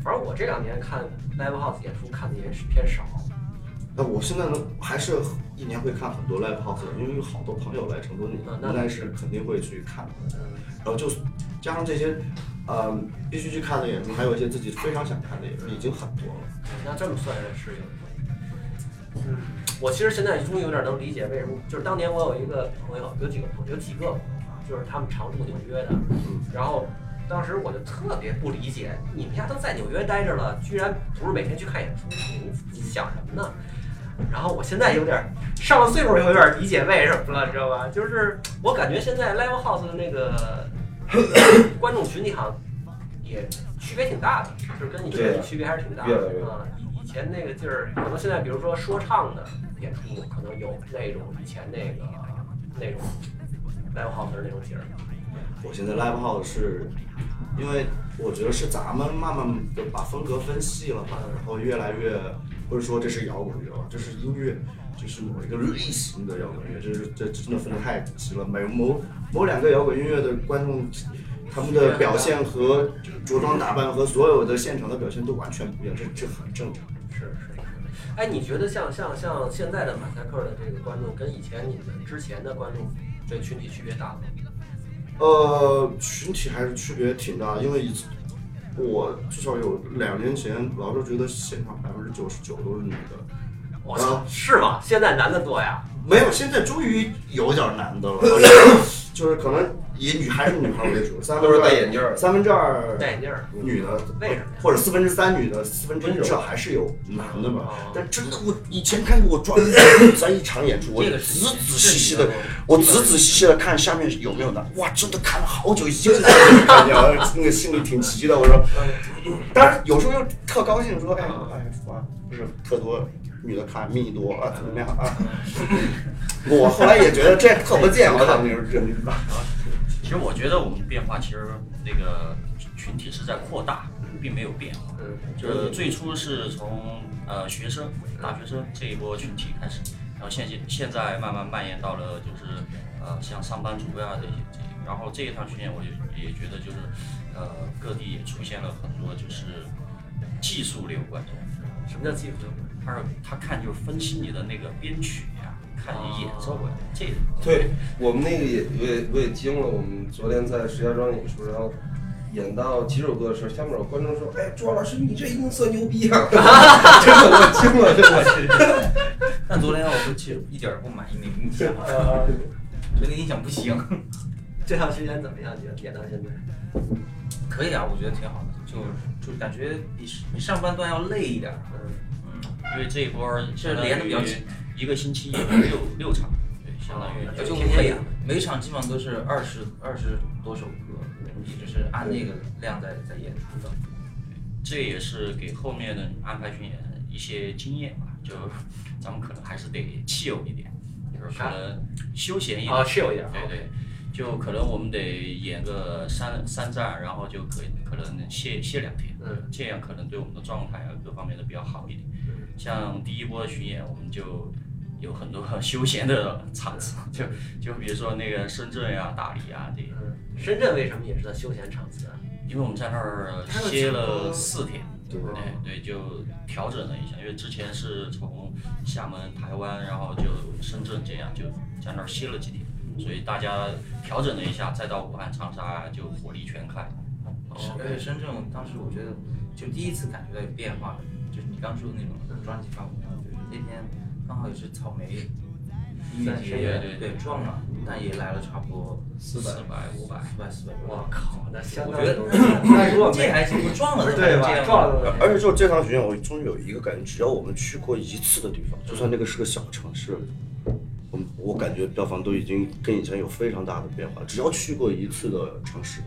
Speaker 1: 反正我这两年看 live house 演出看的也是偏少，
Speaker 2: 那我现在呢，还是一年会看很多 live house，因为有好多朋友来成都，你
Speaker 1: 嗯那
Speaker 2: 应
Speaker 1: 嗯
Speaker 2: 该是肯定会去看的。然后就加上这些，呃，必须去看的演出，还有一些自己非常想看的演出，已经很多了。
Speaker 1: 嗯那这么算下来是有的。嗯，我其实现在终于有点能理解为什么，就是当年我有一个朋友，有几个朋友，有几个朋友啊，就是他们常住纽约的，然后当时我就特别不理解，你们家都在纽约待着了，居然不是每天去看演出，你们想什么呢？然后我现在有点上了岁数，有点理解为什么 [LAUGHS] 了，你知道吧？就是我感觉现在 live house 的那 [COUGHS] 个观众群体好像也区别挺大的，就是跟以
Speaker 4: 对
Speaker 1: 前
Speaker 4: 啊
Speaker 1: 区别还是挺大
Speaker 4: 越来越
Speaker 1: 的啊。以以前那个劲儿，可能现在比如说说唱的演出，可能有那种以前那个那种 live house 的那种劲儿。
Speaker 2: 我现在 live house 是，因为我觉得是咱们慢慢的把风格分细了嘛，然后越来越不是说这是摇滚乐，啊这是音乐，这是某一个类型的摇滚乐，这是这这真的分得太细了。每某某两个摇滚音乐的观众，他们的表现和着装打扮和所有的现场的表现都完全不一样，这这很正常。
Speaker 1: 是是是。哎，你觉得像像像现在的马赛克的这个观众，跟以前你们之前的观众这群体区别大吗？
Speaker 2: 呃，群体还是区别挺大，因为一次我至少有两年前，老是觉得现场百分之九十九都是女的，
Speaker 6: 嗯
Speaker 1: [LAUGHS] 我操，是吗？现在男的多呀？
Speaker 2: 没有，现在终于有点难的了，就是可能以女还是女孩为主，三分之
Speaker 4: 都是戴眼镜儿
Speaker 2: 二，三分之二
Speaker 6: 戴眼镜儿，
Speaker 2: 女的，
Speaker 6: 为什么呀
Speaker 2: 或者四分之三女的，四分之一至少还是有男的吧。
Speaker 6: 哦
Speaker 2: 但真的，我以前看过，我专门在一场演出，我
Speaker 6: 这个
Speaker 2: 仔
Speaker 6: 是
Speaker 2: 仔细细
Speaker 6: 这
Speaker 2: 的
Speaker 6: 个是，
Speaker 2: 我仔仔细细的看下面有没有男，哇，真的看了好久， [LAUGHS] 一个男的没看见，我那个心里挺急的，我说，
Speaker 6: 嗯
Speaker 2: 当然有时候又特高兴，说，哎，哎，哇，不是特多。女的看蜜多啊，怎么样啊？
Speaker 6: 嗯
Speaker 2: 我后来也觉得这特不健 [LAUGHS] 康，你说这你知道。
Speaker 5: 其实我觉得我们变化，其实那个群体是在扩大，并没有变化。嗯就是最初是从呃学生、大学生这一波群体开始，然后现现现在慢慢蔓延到了就是呃像上班族呀、这些这些。然后这一趟巡演，我也也觉得就是呃各地也出现了很多就是技术流观众，
Speaker 6: 什么叫技术流？
Speaker 5: 他他看就是分析你的那个编曲呀、看你演奏呀，这
Speaker 4: 对我们那个也我也我也惊了，我们昨天在石家庄演出，然后演到几首歌的时候，下面有观众说：“哎，朱老师，你这音色牛逼啊！” [LAUGHS] 真的，我惊了，真的。
Speaker 3: 但昨天我其实一点儿不满意那个音响，
Speaker 6: 呃
Speaker 1: [LAUGHS]
Speaker 3: 觉得那个音响不行。
Speaker 6: 这趟时间怎么样？你演到现在？
Speaker 3: 可以啊，我觉得挺好的，就就感觉比比上半段要累一点儿。
Speaker 6: 嗯，
Speaker 5: 因为这一波儿
Speaker 3: 是
Speaker 5: 相当
Speaker 3: 连得比较
Speaker 5: 于
Speaker 3: 紧
Speaker 5: 一个星期有六六场，对，相当于
Speaker 3: 而且我
Speaker 5: 天
Speaker 3: 们
Speaker 5: 天
Speaker 3: 每
Speaker 5: 演。
Speaker 3: 每场基本上都是二十二十多首歌，一直是按那个量在在演出的。
Speaker 5: 这也是给后面的安排巡演一些经验吧，就咱们可能还是得气有一点，就是可能休闲
Speaker 1: 嗯
Speaker 5: 一点，
Speaker 6: 啊，是有一点儿。
Speaker 5: 对对，就可能我们得演个三三站，然后就可以可能歇歇两天，
Speaker 6: 嗯
Speaker 5: 这样可能对我们的状态啊各方面都比较好一点。像第一波巡演，我们就有很多 [LAUGHS] 休闲的场次，就就比如说那个深圳呀、大理呀这些，
Speaker 6: 嗯，深圳为什么也是在休闲场次啊？
Speaker 5: 因为我们在那儿歇了四天，对对，就调整了一下，因为之前是从厦门、台湾，然后就深圳这样就在那儿歇了几天，所以大家调整了一下，再到武汉、长沙就火力全开。
Speaker 3: 是而且深圳，我当时我觉得就第一次感觉到有变化，就是你刚说的那
Speaker 6: 嗯
Speaker 3: 种专辑发布会，就是那天刚好也是草莓音乐节，
Speaker 5: 对对对
Speaker 3: 对撞了，但也来了差不多四
Speaker 5: 四百五百，
Speaker 3: 四百四百多。
Speaker 6: 我靠，那相
Speaker 3: 我
Speaker 6: 当
Speaker 3: 觉
Speaker 6: 于
Speaker 3: 得
Speaker 6: 那如果没
Speaker 3: 这还行，我撞了的
Speaker 6: 对
Speaker 3: 这
Speaker 6: 吧？
Speaker 3: 样
Speaker 6: 撞了都没
Speaker 2: 而且就是这场巡演，我终于有一个感觉，只要我们去过一次的地方，就算那个是个小城市，我们我感觉票房都已经跟以前有非常大的变化。只要去过一次的城市，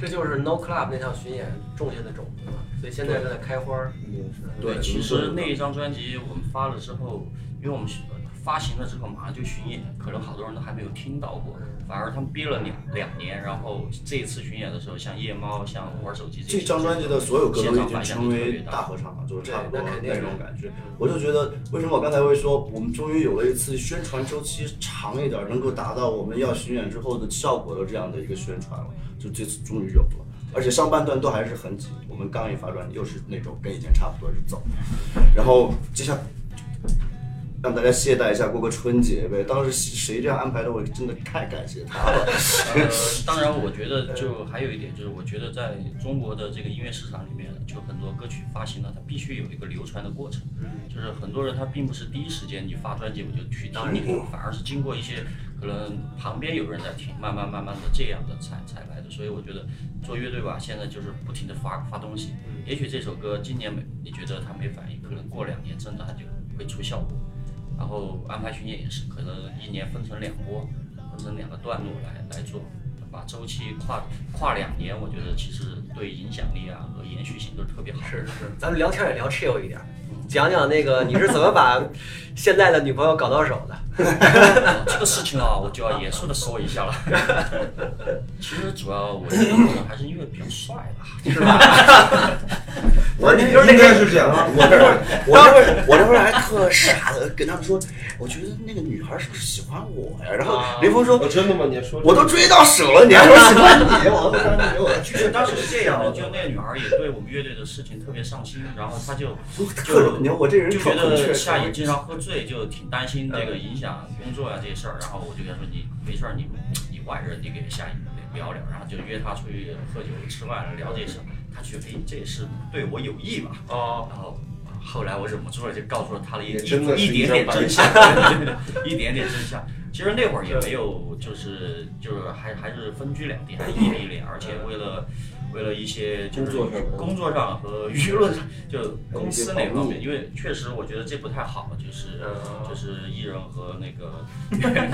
Speaker 6: 这就是 No Club 那趟巡演种下的种子嘛，所以现在正在开花儿。
Speaker 5: 对，其实
Speaker 2: 嗯
Speaker 5: 那一张专辑我们发了之后，因为我们是呃发行了之后马上就巡演，可能好多人都还没有听到过，反而他们憋了两两年，然后这一次巡演的时候，像夜猫、像玩手机
Speaker 2: 这
Speaker 5: 些
Speaker 2: 张专辑的所有歌
Speaker 5: 现
Speaker 2: 都已
Speaker 5: 场
Speaker 2: 经
Speaker 5: 反响
Speaker 2: 成
Speaker 5: 就特别
Speaker 2: 为大
Speaker 5: 大。
Speaker 2: 合唱了，就是差不多
Speaker 6: 对那肯定嗯
Speaker 2: 那
Speaker 6: 是
Speaker 2: 种感觉。我就觉得，为什么我刚才会说，我们终于有了一次宣传周期长一点，能够达到我们要巡演之后的效果的这样的一个宣传了，就这次终于有了。而且上半段都还是很紧，我们刚一发专辑又是那种跟以前差不多就走，然后接下让大家懈怠一下，过个春节呗。当时谁这样安排的，我真的太感谢他了。 [LAUGHS]
Speaker 5: 呃，当然，我觉得就还有一点就是，我觉得在中国的这个音乐市场里面，就很多歌曲发行了，它必须有一个流传的过程。
Speaker 1: 嗯
Speaker 5: 就是很多人他并不是第一时间你发专辑我就去听你，反而是经过一些可能旁边有人在听，慢慢慢慢的这样的才才来的。所以我觉得做乐队吧，现在就是不停的发发东西。也许这首歌今年没你觉得它没反应，可能过两年真的它就会出效果。然后安排巡演也是，可能一年分成两波，分成两个段落来来做，把周期跨跨两年，我觉得其实对影响力啊和延续性都是特别好的。
Speaker 6: 是是，咱们聊天也聊 chill 一点儿，讲讲那个你是怎么把现在的女朋友搞到
Speaker 1: [LAUGHS]
Speaker 6: 手的？
Speaker 5: 这个事情啊，我就要严肃的说一 [LAUGHS] 下了。其实主要我觉得可能还是因为比较帅吧，
Speaker 6: 我你就是那
Speaker 4: 应该
Speaker 6: 个
Speaker 4: 是这样啊，
Speaker 2: 我那会儿，我那会儿，我那会儿还特傻的跟他们说，我觉得那个女孩是不是喜欢我呀？然后林峰说
Speaker 4: 我，真的吗？你说
Speaker 2: 我都追到手了，你还说喜欢你？ [LAUGHS] 我当时给我
Speaker 5: 其实当时是这样的，就那个女孩也对我们乐队的事情特别上心，然后她就
Speaker 2: 特
Speaker 5: 就
Speaker 2: 你看我这人
Speaker 5: 就
Speaker 2: 特
Speaker 5: 觉得
Speaker 2: 明
Speaker 5: 夏野
Speaker 2: 确。
Speaker 5: 经常喝醉，就挺担心这个影响工作啊这些事儿。然后我就跟她说：“你没事儿，你你外人，你给夏野聊聊。”然后就约她出去喝酒吃饭聊这事儿。她觉得哎，这是对我有益吧？
Speaker 6: [LAUGHS] 哦，
Speaker 5: 然后啊后来我忍不住了，就告诉了他了一
Speaker 4: 也真的是
Speaker 5: 一
Speaker 4: 一
Speaker 5: 点
Speaker 4: 张
Speaker 5: 点
Speaker 4: 白
Speaker 5: 真
Speaker 4: 纸
Speaker 5: 相， [LAUGHS] 一点点真相。其实那会儿也没有，就是就是还还是分居两地，还是一人一脸，而且为了为了一些就是
Speaker 4: 嗯工作上
Speaker 5: 工作上和舆论上，就公司那
Speaker 4: 还有
Speaker 5: 方
Speaker 4: 一些保密
Speaker 5: 面，因为确实我觉得这不太好，就是
Speaker 1: 嗯
Speaker 5: 就是艺人和
Speaker 4: [LAUGHS]
Speaker 5: 那个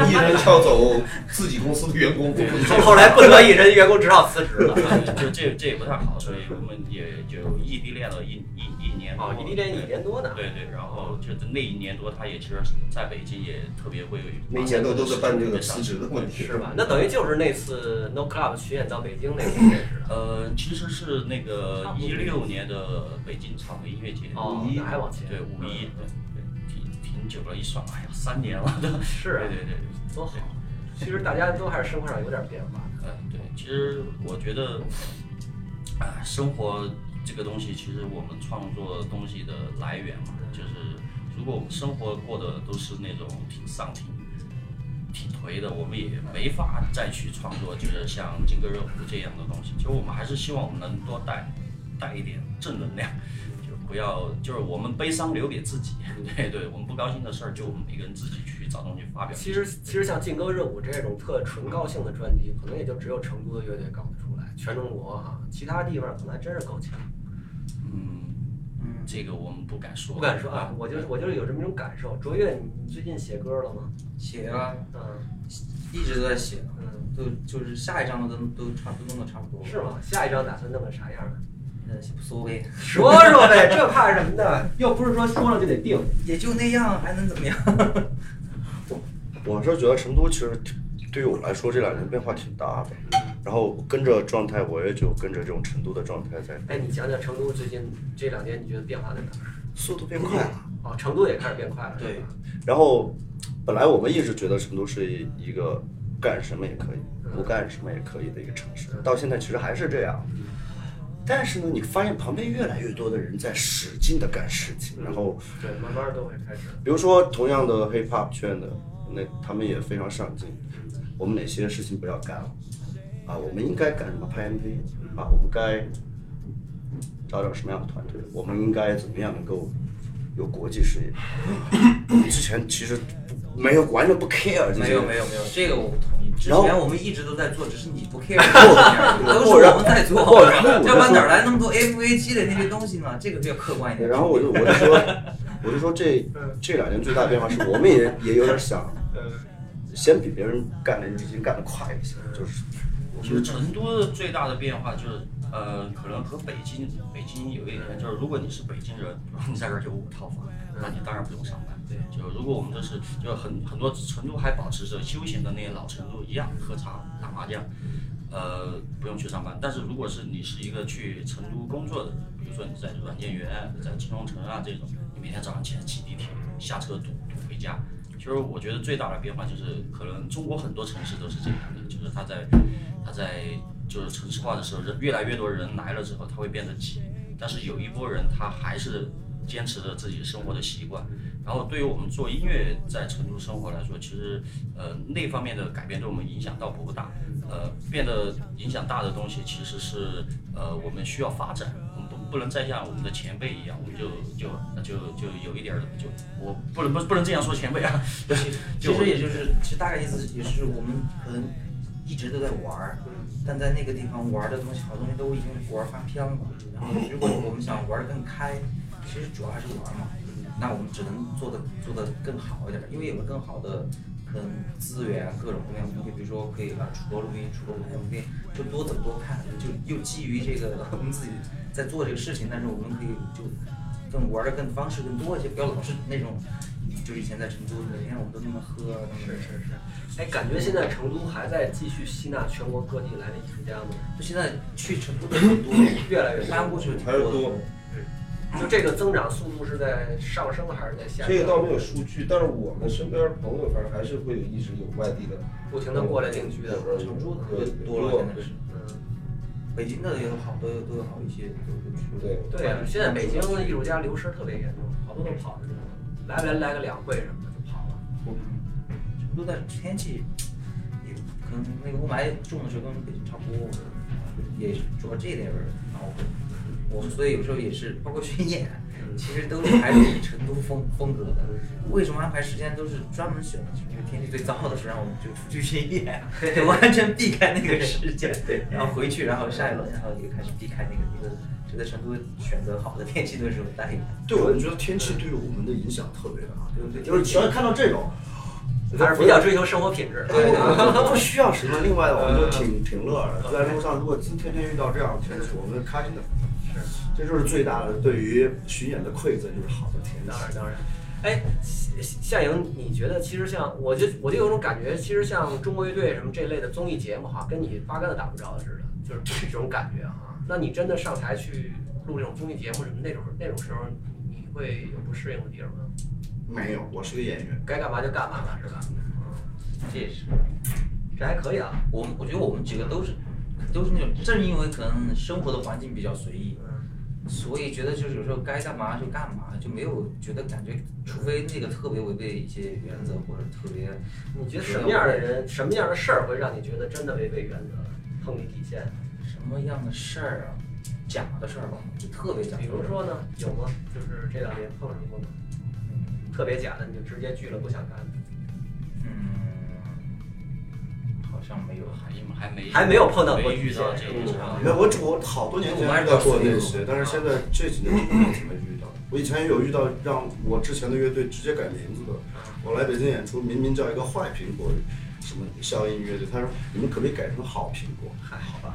Speaker 4: 艺人跳走自己公司的员工，不能
Speaker 1: 后后来不得已，人员工只好辞职了。 [LAUGHS]
Speaker 5: 就这这也不太好，所以我们也就异地恋了一一一年多
Speaker 1: 哦，异地恋一年多呢。
Speaker 5: 对对，然后就是那一年多，他也其实在北京也特别为
Speaker 4: 每年都都在办这个辞职的问题，
Speaker 1: 是吧？那等于就是那次 No Club 巡演到北京那次认识的。
Speaker 5: 呃，其实是那个一六年的北京草莓音乐节，
Speaker 1: 哦，那还往前。嗯
Speaker 5: 对五一，对对，挺挺久了，一算，哎呀，三年了都。
Speaker 1: 是啊
Speaker 5: 对对对，
Speaker 1: 多好。其实大家都还是生活上有点变化的。
Speaker 5: 嗯，对，其实我觉得，啊，生活这个东西，其实我们创作东西的来源嘛，就是如果我们生活过的都是那种挺丧、挺挺颓的，我们也没法再去创作，就是像《金戈热舞》这样的东西。其实我们还是希望我们能多带带一点正能量。就不要，就是我们悲伤留给自己， [LAUGHS] 对对，我们不高兴的事儿就我们每个人自己去找东西发表。
Speaker 1: 其实，其实像《劲歌热舞》这种特纯高兴的专辑，可能也就只有成都的乐队搞得出来，全中国哈、其他地方可能还真是够呛。
Speaker 5: 嗯，这个我们不敢说，
Speaker 1: 不敢说啊，我就是我就是有这么一种感受。卓越，你最近写歌了吗？
Speaker 3: 写啊，
Speaker 1: 嗯
Speaker 3: 一直都在写，
Speaker 1: 嗯，
Speaker 3: 都就是下一张都都差都弄得差不多了，
Speaker 1: 是吗？下一张打算弄个啥样啊？
Speaker 3: 呃，无所谓，
Speaker 1: [LAUGHS] 说说呗，这怕什么的？又不是说说了就得定。
Speaker 3: 也就那样，还能怎么样？
Speaker 2: 我是觉得成都其实挺对于我来说这两年变化挺大的，然后跟着状态我也就跟着这种成都的状态在，
Speaker 1: 哎，你讲讲成都最近这两年，你觉得变化在哪儿？
Speaker 2: 速度变快了。
Speaker 1: 哦，成都也开始变快了，是吧
Speaker 2: 对，然后本来我们一直觉得成都是一个干什么也可以，不干什么也可以的一个城市，到现在其实还是这样。但是呢，你发现旁边越来越多的人在使劲的干事情，然后
Speaker 1: 对，慢慢都会开始。
Speaker 2: 比如说同样的 hip hop 圈的，那他们也非常上进。我们哪些事情不要干了？啊，我们应该干什么？拍 MV 啊，我们该找找什么样的团队？我们应该怎么样能够有国际视野？我们之前其实不没有完全不 care 这些。
Speaker 3: 没有没有没有，这个我不同意。之
Speaker 2: 然后
Speaker 3: 前我们一直都在做，只是你
Speaker 2: [LAUGHS]
Speaker 3: 不 care，都是我们在做，
Speaker 2: 不然后我就
Speaker 3: 要不然哪儿来那么多 AV 机的那些东西呢？这个要客观一点。
Speaker 2: 然后我就我就说， [LAUGHS] 我就说这这两年最大的变化是我们也也有点想，先比别人干这件事情干得快一些，就是
Speaker 5: 其实成都的最大的变化就是，呃，可能和北京北京有一点，就是如果你是北京人， [LAUGHS] 比如你在这儿有五套房，那你当然不用上班。对，就如果我们都是，就很很多成都还保持着休闲的那些老成都一样，喝茶打麻将，呃，不用去上班。但是如果是你是一个去成都工作的人，比如说你在软件园、在金融城啊这种，你每天早上起来挤地铁，下车堵堵回家。其实我觉得最大的变化就是，可能中国很多城市都是这样的，就是它在它在就是城市化的时候，人越来越多人来了之后，它会变得挤。但是有一波人他还是坚持着自己生活的习惯。然后对于我们做音乐在成都生活来说，其实呃那方面的改变对我们影响倒不大。呃，变得影响大的东西其实是呃我们需要发展，我们不不能再像我们的前辈一样，我们就就就就有一点儿就我不能不不能这样说前辈啊， [LAUGHS] 对，
Speaker 3: 其
Speaker 5: 就
Speaker 3: 实也就是，其实大概意思也是我们可能一直都在玩儿，
Speaker 2: 嗯
Speaker 3: 但在那个地方玩儿的东西，好东西都已经玩儿翻篇了。然后如果我们想玩儿得更开，其实主要还是玩儿嘛。那我们只能做的做的更好一点儿，因为有了更好的可能资源，啊各种各样的东西，比如说可以啊，出国录音，出国拍 MV，就多走多看，就又基于这个我们自己在做这个事情，但是我们可以就更玩的更方式更多一些，不要老是那种就是以前在成都每天我们都那么喝啊，那么是是是，
Speaker 1: 哎，感觉现在成都还在继续吸纳全国各地来的艺术家吗？
Speaker 3: 就现在去成都的很多，
Speaker 1: 越来越多
Speaker 3: 搬过去的挺
Speaker 4: 还是多
Speaker 3: 的。。
Speaker 1: 就这个增长速度是在上升还是在下降？
Speaker 4: 哎这个倒没有数据，但是我们身边朋友反正还是会有一直有外地的，嗯
Speaker 1: 不停的过来定居的，成都的，
Speaker 4: 对
Speaker 3: 多了现在是，
Speaker 1: 嗯，
Speaker 3: 北京的也有好多都有好一些都都去
Speaker 4: 对
Speaker 3: 了。
Speaker 4: 不对？啊
Speaker 1: 对呀、现在北京的艺术家流失特别严重，好多都跑出去了，来来来个两会什么的就跑了。
Speaker 3: 成都的天气也可能那个雾霾重的时候跟北京差不多，也主要这一点儿让我我们所以有时候也是包括巡演，其实都是还是以成都风风格的。为什么安排时间都是专门选的？就是因为天气最糟的时候，让我们就出去夜 [LAUGHS] 演，就完全避开那个时间。对，然后回去，然后下一轮，然后又开始避开那个。觉得觉得成都选择好的天气的时候待一待。
Speaker 2: 对，我就觉得天气对我们的影响特别大，对不对？
Speaker 3: 对
Speaker 2: 就是只要看到这种，
Speaker 1: 还是比较追求生活品质的。
Speaker 2: 对对，不需要什么。另外，我们就挺挺乐的，在路上如果今天天遇到这样的天气，我们开心的。这就是最大的对于巡演的馈赠，就是好的天
Speaker 1: 当然
Speaker 2: 气。
Speaker 1: 当然。哎，夏夏莹，你觉得其实像我就我就有种感觉，其实像中国乐队什么这类的综艺节目哈，跟你八竿子打不着的似的，就是这种感觉哈。那你真的上台去录这种综艺节目什么那种那种时候，你会有不适应的地方吗？
Speaker 2: 没有，我是个演员，
Speaker 1: 该干嘛就干嘛了是吧？嗯
Speaker 3: 这也是，
Speaker 1: 这还可以啊。
Speaker 3: 我们我觉得我们几个都是都是那种，正因为可能生活的环境比较随意，
Speaker 1: 嗯
Speaker 3: 所以觉得就是有时候该干嘛就干嘛，就没有觉得感觉，除非那个特别违背一些原则或者特别，
Speaker 1: 你觉得什么样的人，什么样的事儿会让你觉得真的违背原则，碰你底线？
Speaker 3: 什么样的事儿啊，假的事儿吧，就特别假。
Speaker 1: 比如说呢，有吗？就是这两年碰上过吗？特别假的，你就直接拒了，不想干的。
Speaker 3: 嗯，好像没有。
Speaker 5: 还还没
Speaker 1: 还没有碰到过
Speaker 5: 没遇到这种
Speaker 1: 嗯
Speaker 5: 场景
Speaker 2: 那我我好多年前遇到过那些，但是现在这几年我没遇到。我以前有遇到让我之前的乐队直接改名字的，我来北京演出，明明叫一个坏苹果，什么效应乐队，他说你们可不可以改成好苹果？还好吧。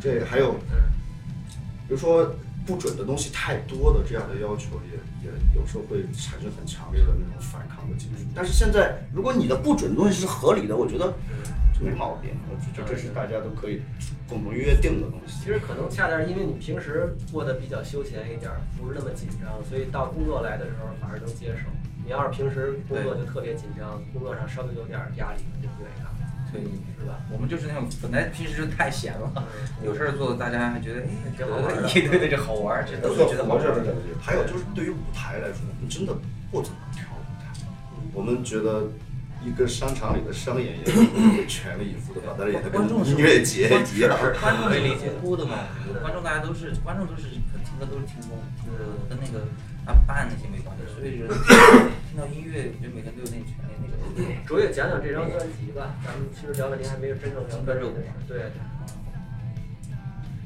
Speaker 2: 这还有，比如说不准的东西太多的这样的要求也，也有时候会产生很强烈的那种反抗的情绪。但是现在，如果你的不准的东西是合理的，我觉得就没毛病。我觉得这是大家都可以共同约定的东
Speaker 1: 其
Speaker 2: 西。
Speaker 1: 实可能恰恰是因为你平时过得比较休闲一点儿，不是那么紧张，所以到工作来的时候反而能接受。你要是平时工作就特别紧张，工作上稍微有点儿压力，就不愿意干了，
Speaker 3: 对，
Speaker 1: 是吧？
Speaker 3: 我们就是那种本来平时就太闲了，有事儿做，大家还觉得哎，
Speaker 1: 挺嗯好玩儿的嗯
Speaker 3: [LAUGHS] 对对对，这好玩儿，这都是觉得好玩儿。
Speaker 2: 还有就是对于舞台来说，我们真的不怎么挑舞台。我们觉得一个商场里的商演演员全力以赴的把大家演的跟
Speaker 3: 观众是
Speaker 2: 音乐节一样。
Speaker 3: 观众是理解哭的嘛？观众大家都是观众都是可能听歌都是听风，就是跟那个他办那些没关系，所以就是 [COUGHS] 听到音乐，我觉得每个人都有那个权利那个。
Speaker 1: 卓越，讲讲这张专辑吧。咱们其实聊半天还没有真正聊专辑的事儿。对，
Speaker 3: 讲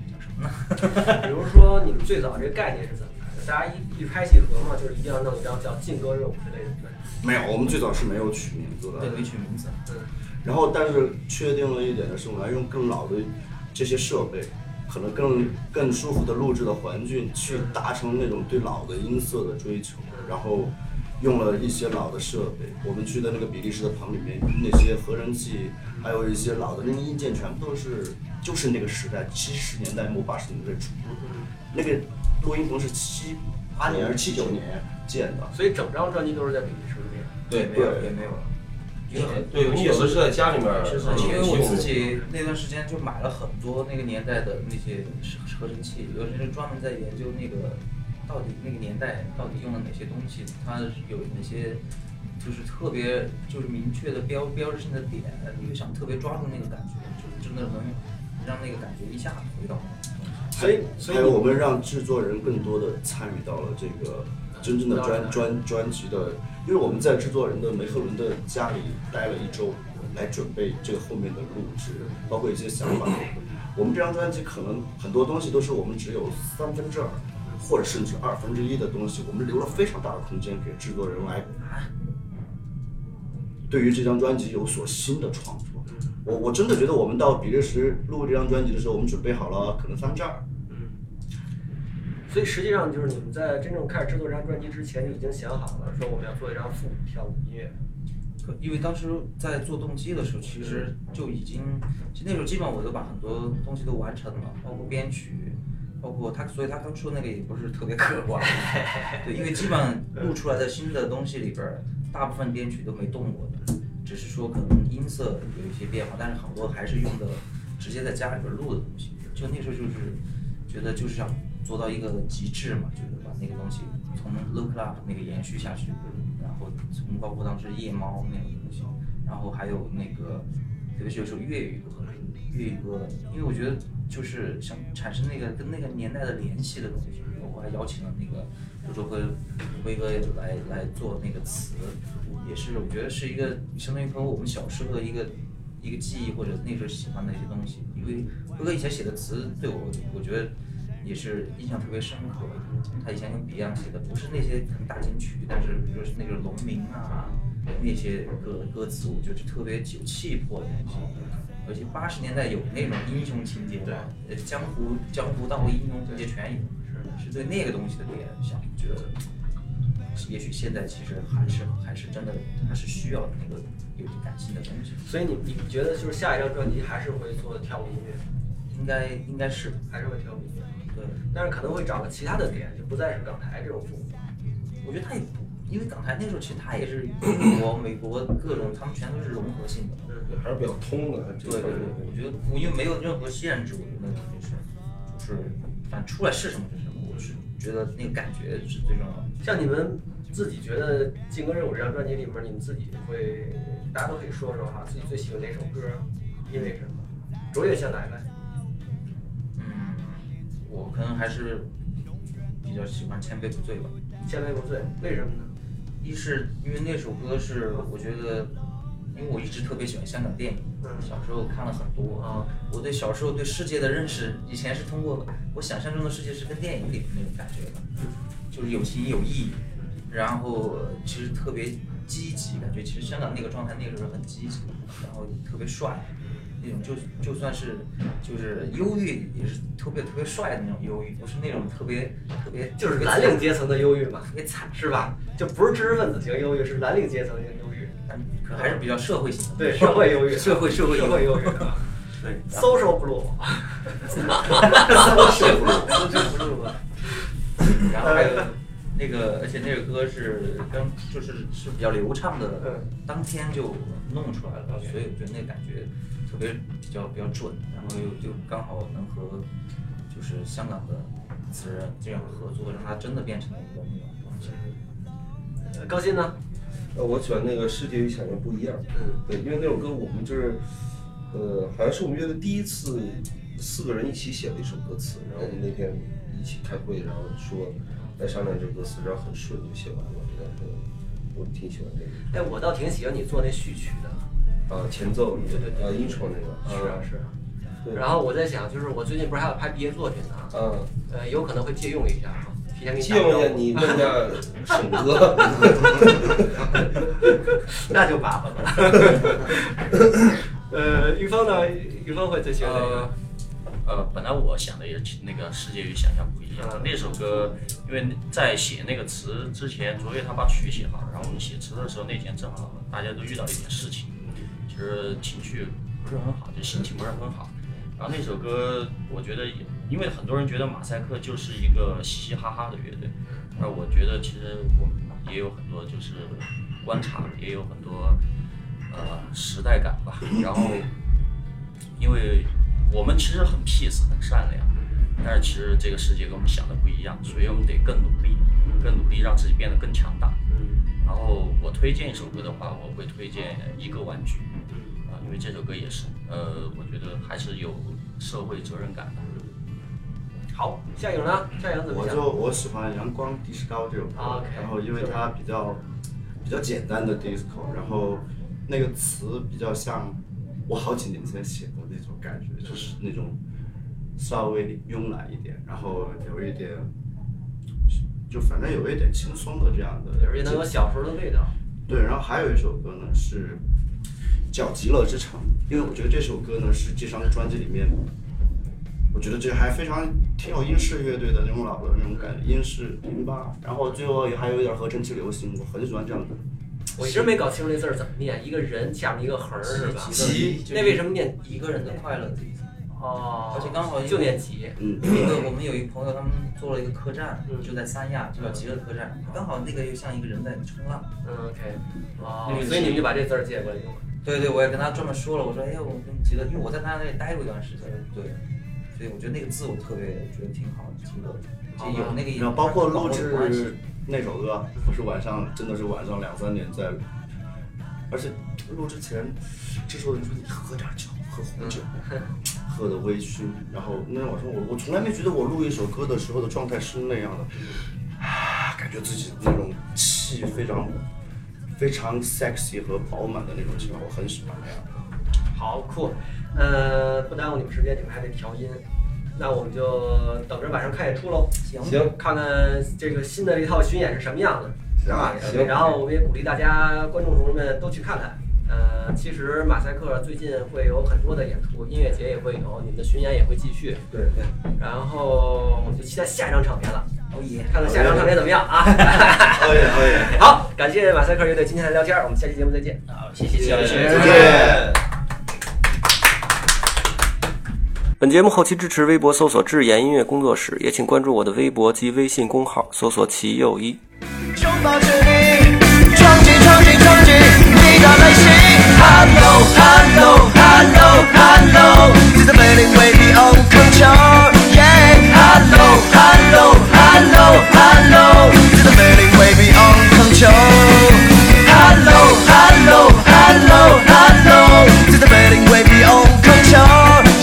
Speaker 3: 嗯什么呢？
Speaker 1: 比如说你们最早这个概念是怎么来的？大家一一拍即合嘛，就是一定要弄一张叫《劲歌热舞》之类的专辑。
Speaker 2: 没有，我们最早是没有取名字的。
Speaker 3: 对，没取名字。
Speaker 2: 然后，但是确定了一点的是，我们要用更老的这些设备，可能更更舒服的录制的环境，去达成那种对老的音色的追求。然后用了一些老的设备，我们去的那个比利时的棚里面，那些合成器，还有一些老的那个硬件，全部都是就是那个时代七十年代末八十年代初，
Speaker 4: 嗯
Speaker 2: 那个录音棚是七八年还是七九年建的。
Speaker 1: 所以整张专辑都是在比利时练。
Speaker 4: 对，
Speaker 2: 没有也
Speaker 4: 没有。
Speaker 3: 因为
Speaker 4: 对，有有的是在家里面，
Speaker 3: 因为我自己那段时间就买了很多那个年代的那些合成器，有些就专门在研究那个到底那个年代到底用了哪些东西，它有哪些就是特别就是明确的标标志性的点，因为想特别抓住那个感觉，就是真的能让那个感觉一下回到那个东西。
Speaker 2: 所以，哎还有我们呃让制作人更多的参与到了这个真正的专专专辑的，因为我们在制作人的梅赫伦的家里待了一周，来准备这个后面的录制，包括一些想法。我们这张专辑可能很多东西都是我们只有三分之二，或者甚至二分之一的东西，我们留了非常大的空间给制作人来对于这张专辑有所新的创作。我我真的觉得我们到比利时录这张专辑的时候，我们准备好了可能三分之二。
Speaker 1: 嗯所以实际上就是你们在真正开始制作这张专辑之前就已经想好了，说我们要做一张复古跳舞音乐。
Speaker 3: 可因为当时在做动机的时候，其实就已经，其实那时候基本上我都把很多东西都完成了，包括编曲，包括他，所以他刚出的那个也不是特别 [LAUGHS] 客观，对，因为基本上录出来的新的东西里边儿，大部分编曲都没动过的，只是说可能音色有一些变化，但是好多还是用的直接在家里边录的东西，就那时候就是觉得就是想做到一个极致嘛，觉得把那个东西从 Look Up 那个延续下去，然后从包括当时夜猫那个东西，然后还有那个特别是有首粤语歌，粤语歌，因为我觉得就是想产生那个跟那个年代的联系的东西。我还邀请了那个周周辉辉哥来来做那个词，也是我觉得是一个相当于和我们小时候的一个一个记忆或者那时候喜欢的一些东西。因为辉哥以前写的词对我，我觉得。也是印象特别深刻。他以前跟 Beyond 写的不是那些很大金曲，但是比如说是那个《农民》啊，那些歌歌词，我觉得是特别有气魄的东西。而且八十年代有那种英雄情节嘛，呃，江湖江湖道义英雄情节全有，是是对那个东西的联想。我觉得，也许现在其实还是还是真的，还是需要那个有感性的东西。
Speaker 1: 所以你你觉得就是下一张专辑还是会做跳舞音乐，
Speaker 3: 应该应该是
Speaker 1: 还是会跳舞音乐，
Speaker 3: 对。
Speaker 1: 但是可能会找个其他的点，就不再是港台这种风格。
Speaker 3: 我觉得他也不，因为港台那时候其实他也是英国、美国各种，他们全都是融合性的。
Speaker 1: 嗯
Speaker 4: 还是比较通的。这
Speaker 3: 对
Speaker 4: 个
Speaker 3: 对对，我觉得我因为没有任何限制，我觉得就是就是，反正出来是什么是什么，我是觉得那个感觉是最重要的。
Speaker 1: 像你们自己觉得《劲歌热舞》这张专辑里面，你们自己会，大家都可以说说哈，自己最喜欢哪首歌，因为什么？卓越先来呗。
Speaker 3: 嗯，我可能还是比较喜欢《千杯不醉》吧。
Speaker 1: 千杯不醉，为什么呢？
Speaker 3: 一是因为那首歌是我觉得，因为我一直特别喜欢香港电影，
Speaker 1: 嗯
Speaker 3: 小时候看了很多啊。我对小时候对世界的认识，以前是通过我想象中的世界是跟电影里的那种感觉的，
Speaker 1: 嗯
Speaker 3: 就是有情有义，然后呃其实特别积极，感觉其实香港那个状态那个时候很积极，然后特别帅，那种就就算是就是忧郁也是特别特别帅的那种忧郁，不是那种特别特别
Speaker 1: 就是蓝领阶层的忧郁嘛，
Speaker 3: 特别惨。
Speaker 1: 是吧？就不是知识分子型忧郁，是蓝领阶层型忧郁。
Speaker 3: 但可还是比较社会性的。 [LAUGHS]
Speaker 1: 对，社会忧郁，
Speaker 3: 社会社会
Speaker 1: 社会忧郁啊。
Speaker 3: 对
Speaker 1: social blue， [LAUGHS]
Speaker 3: 社会。
Speaker 1: 啊
Speaker 3: 然后还有那个，而且那个歌是跟就是是比较流畅的，
Speaker 1: 嗯
Speaker 3: 当天就弄出来了，所以我觉得那感觉特别比较比较准，然后又就刚好能和就是香港的词人这样合作，让它真的变成了一个那种东西。
Speaker 1: 呃高鑫呢？
Speaker 4: 呃，我喜欢那个《世界与想象不一样》。
Speaker 1: 嗯，
Speaker 4: 对，因为那首歌我们就是，呃，好像是我们乐队第一次四个人一起写了一首歌词，然后我们那天一起开会，然后说来商量这首歌词，然后很顺就写完了。然后我挺喜欢这个，
Speaker 1: 哎，我倒挺喜欢你做那序曲的。
Speaker 4: 啊，前奏那个，啊，intro 那个，
Speaker 1: 是啊
Speaker 4: 啊，
Speaker 1: 是啊。
Speaker 4: 对，
Speaker 1: 然后我在想，就是我最近不是还要拍毕业作品呢，
Speaker 4: 啊，
Speaker 1: 呃，有可能会借用一下啊，提前给你
Speaker 4: 借用一下，你问一下沈哥，
Speaker 1: [LAUGHS] 那就麻烦了。
Speaker 2: [LAUGHS]
Speaker 1: 呃，玉峰呢？玉峰会最喜欢哪个
Speaker 5: 呃？呃，本来我想的也是那个世界与想象不一样。
Speaker 1: 嗯
Speaker 5: 那首歌，因为在写那个词之前，卓越他把曲写好了，然后我们写词的时候那天正好大家都遇到一点事情，其实情绪不是很好，就心情不是很好。然后那首歌，我觉得也，因为很多人觉得马赛克就是一个嘻嘻哈哈的乐队，而我觉得其实我们也有很多就是观察，也有很多呃时代感吧。然后因为我们其实很 peace，很善良，但是其实这个世界跟我们想的不一样，所以我们得更努力，更努力让自己变得更强大。
Speaker 1: 嗯
Speaker 5: 然后我推荐一首歌的话，我会推荐《一个玩具》，啊，因为这首歌也是，呃，我觉得还是有社会责任感的。
Speaker 1: 好，夏颖呢？夏颖怎么
Speaker 2: 我
Speaker 1: 想？啊
Speaker 2: 就我喜欢《阳光迪士高》这首歌
Speaker 1: OK
Speaker 2: 然后因为它比较比较简单的 disco，然后那个词比较像我好几年前写的那种感觉，就是那种稍微慵懒一点，然后有一点就反正有一点轻松的这样的，
Speaker 1: 有人能有小时候的味道。
Speaker 2: 对，然后还有一首歌呢是《叫极乐之城》，因为我觉得这首歌呢是这张专辑里面，我觉得这还非常挺有英式乐队的那种老的那种感觉，英式英巴，然后最后也还有一点合成器流行，我很喜欢这样的。
Speaker 1: 我一直没搞清楚这字儿怎么念，一个人下面一个横儿是吧？
Speaker 2: 极
Speaker 1: 那为什么念
Speaker 3: 一个人的快乐的意思？
Speaker 1: 哦，
Speaker 3: 而且刚好
Speaker 1: 就念吉，
Speaker 2: 嗯，
Speaker 3: 有一个我们有一个朋友，他们做了一个客栈
Speaker 1: 嗯，
Speaker 3: 就在三亚，就叫极乐客栈，刚好那个又像一个人在冲浪。
Speaker 1: 嗯，OK，哦
Speaker 3: 那，个
Speaker 1: 所以你们就把这字儿借过来用了。
Speaker 3: 对对，我也跟他专门说了，我说哎，我跟极乐，因为我在他那里待过一段时间，对，所以我觉得那个字我特别觉得挺好，挺的，就有那个
Speaker 2: 然后包括
Speaker 3: 保
Speaker 2: 录
Speaker 3: 留关系
Speaker 2: 制那首歌，我是晚上真的是晚上两三点在，而且录之前，制作人说你喝点酒，喝红酒，喝的微醺。然后那天晚上我我从来没觉得我录一首歌的时候的状态是那样的，啊，感觉自己那种气非常非常 sexy 和饱满的那种情况，我很喜欢那样。
Speaker 1: 好酷，呃，不耽误你们时间，你们还得调音，那我们就等着晚上看演出喽。行
Speaker 4: 行，
Speaker 1: 看看这个新的一套巡演是什么样的。
Speaker 2: 行啊
Speaker 1: 对
Speaker 4: 行
Speaker 1: 然后我们也鼓励大家观众同志们都去看看。呃，其实马赛克最近会有很多的演出，音乐节也会有，你们的巡演也会继续。
Speaker 4: [LAUGHS] 对对，
Speaker 1: 然后我就期待下一张唱片了，
Speaker 3: 哦耶哦
Speaker 1: 看看下一张唱片怎么样啊！
Speaker 2: 可以可以，
Speaker 1: [LAUGHS] 好，感谢马赛克乐队今天的聊天，我们下期节目再见。
Speaker 3: 好，谢谢
Speaker 7: 谢谢
Speaker 3: 谢谢。
Speaker 2: 再见。
Speaker 8: 本节目后期支持微博搜索“智妍音乐工作室”，也请关注我的微博及微信公号，搜索“齐又一”。
Speaker 9: 拥抱着你，撞击撞击撞击你的内心。Hello Hello Hello Hello，你的美丽为你而无渴求。Yeah Hello Hello Hello Hello，你的美丽为你而无渴求。Hello Hello Hello Hello，你的美丽为你而无渴求。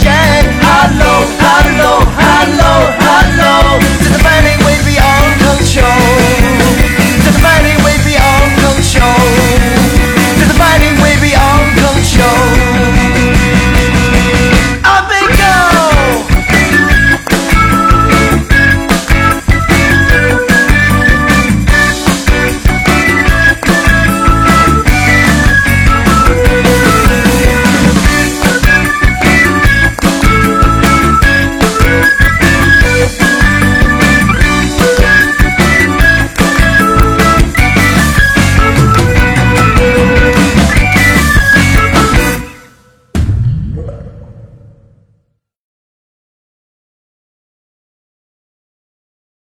Speaker 9: Yeah Hello Hello Hello Hello，你的美丽为你而无渴求。这个魅力未必 on control，这个魅力未必 on control。Up and go。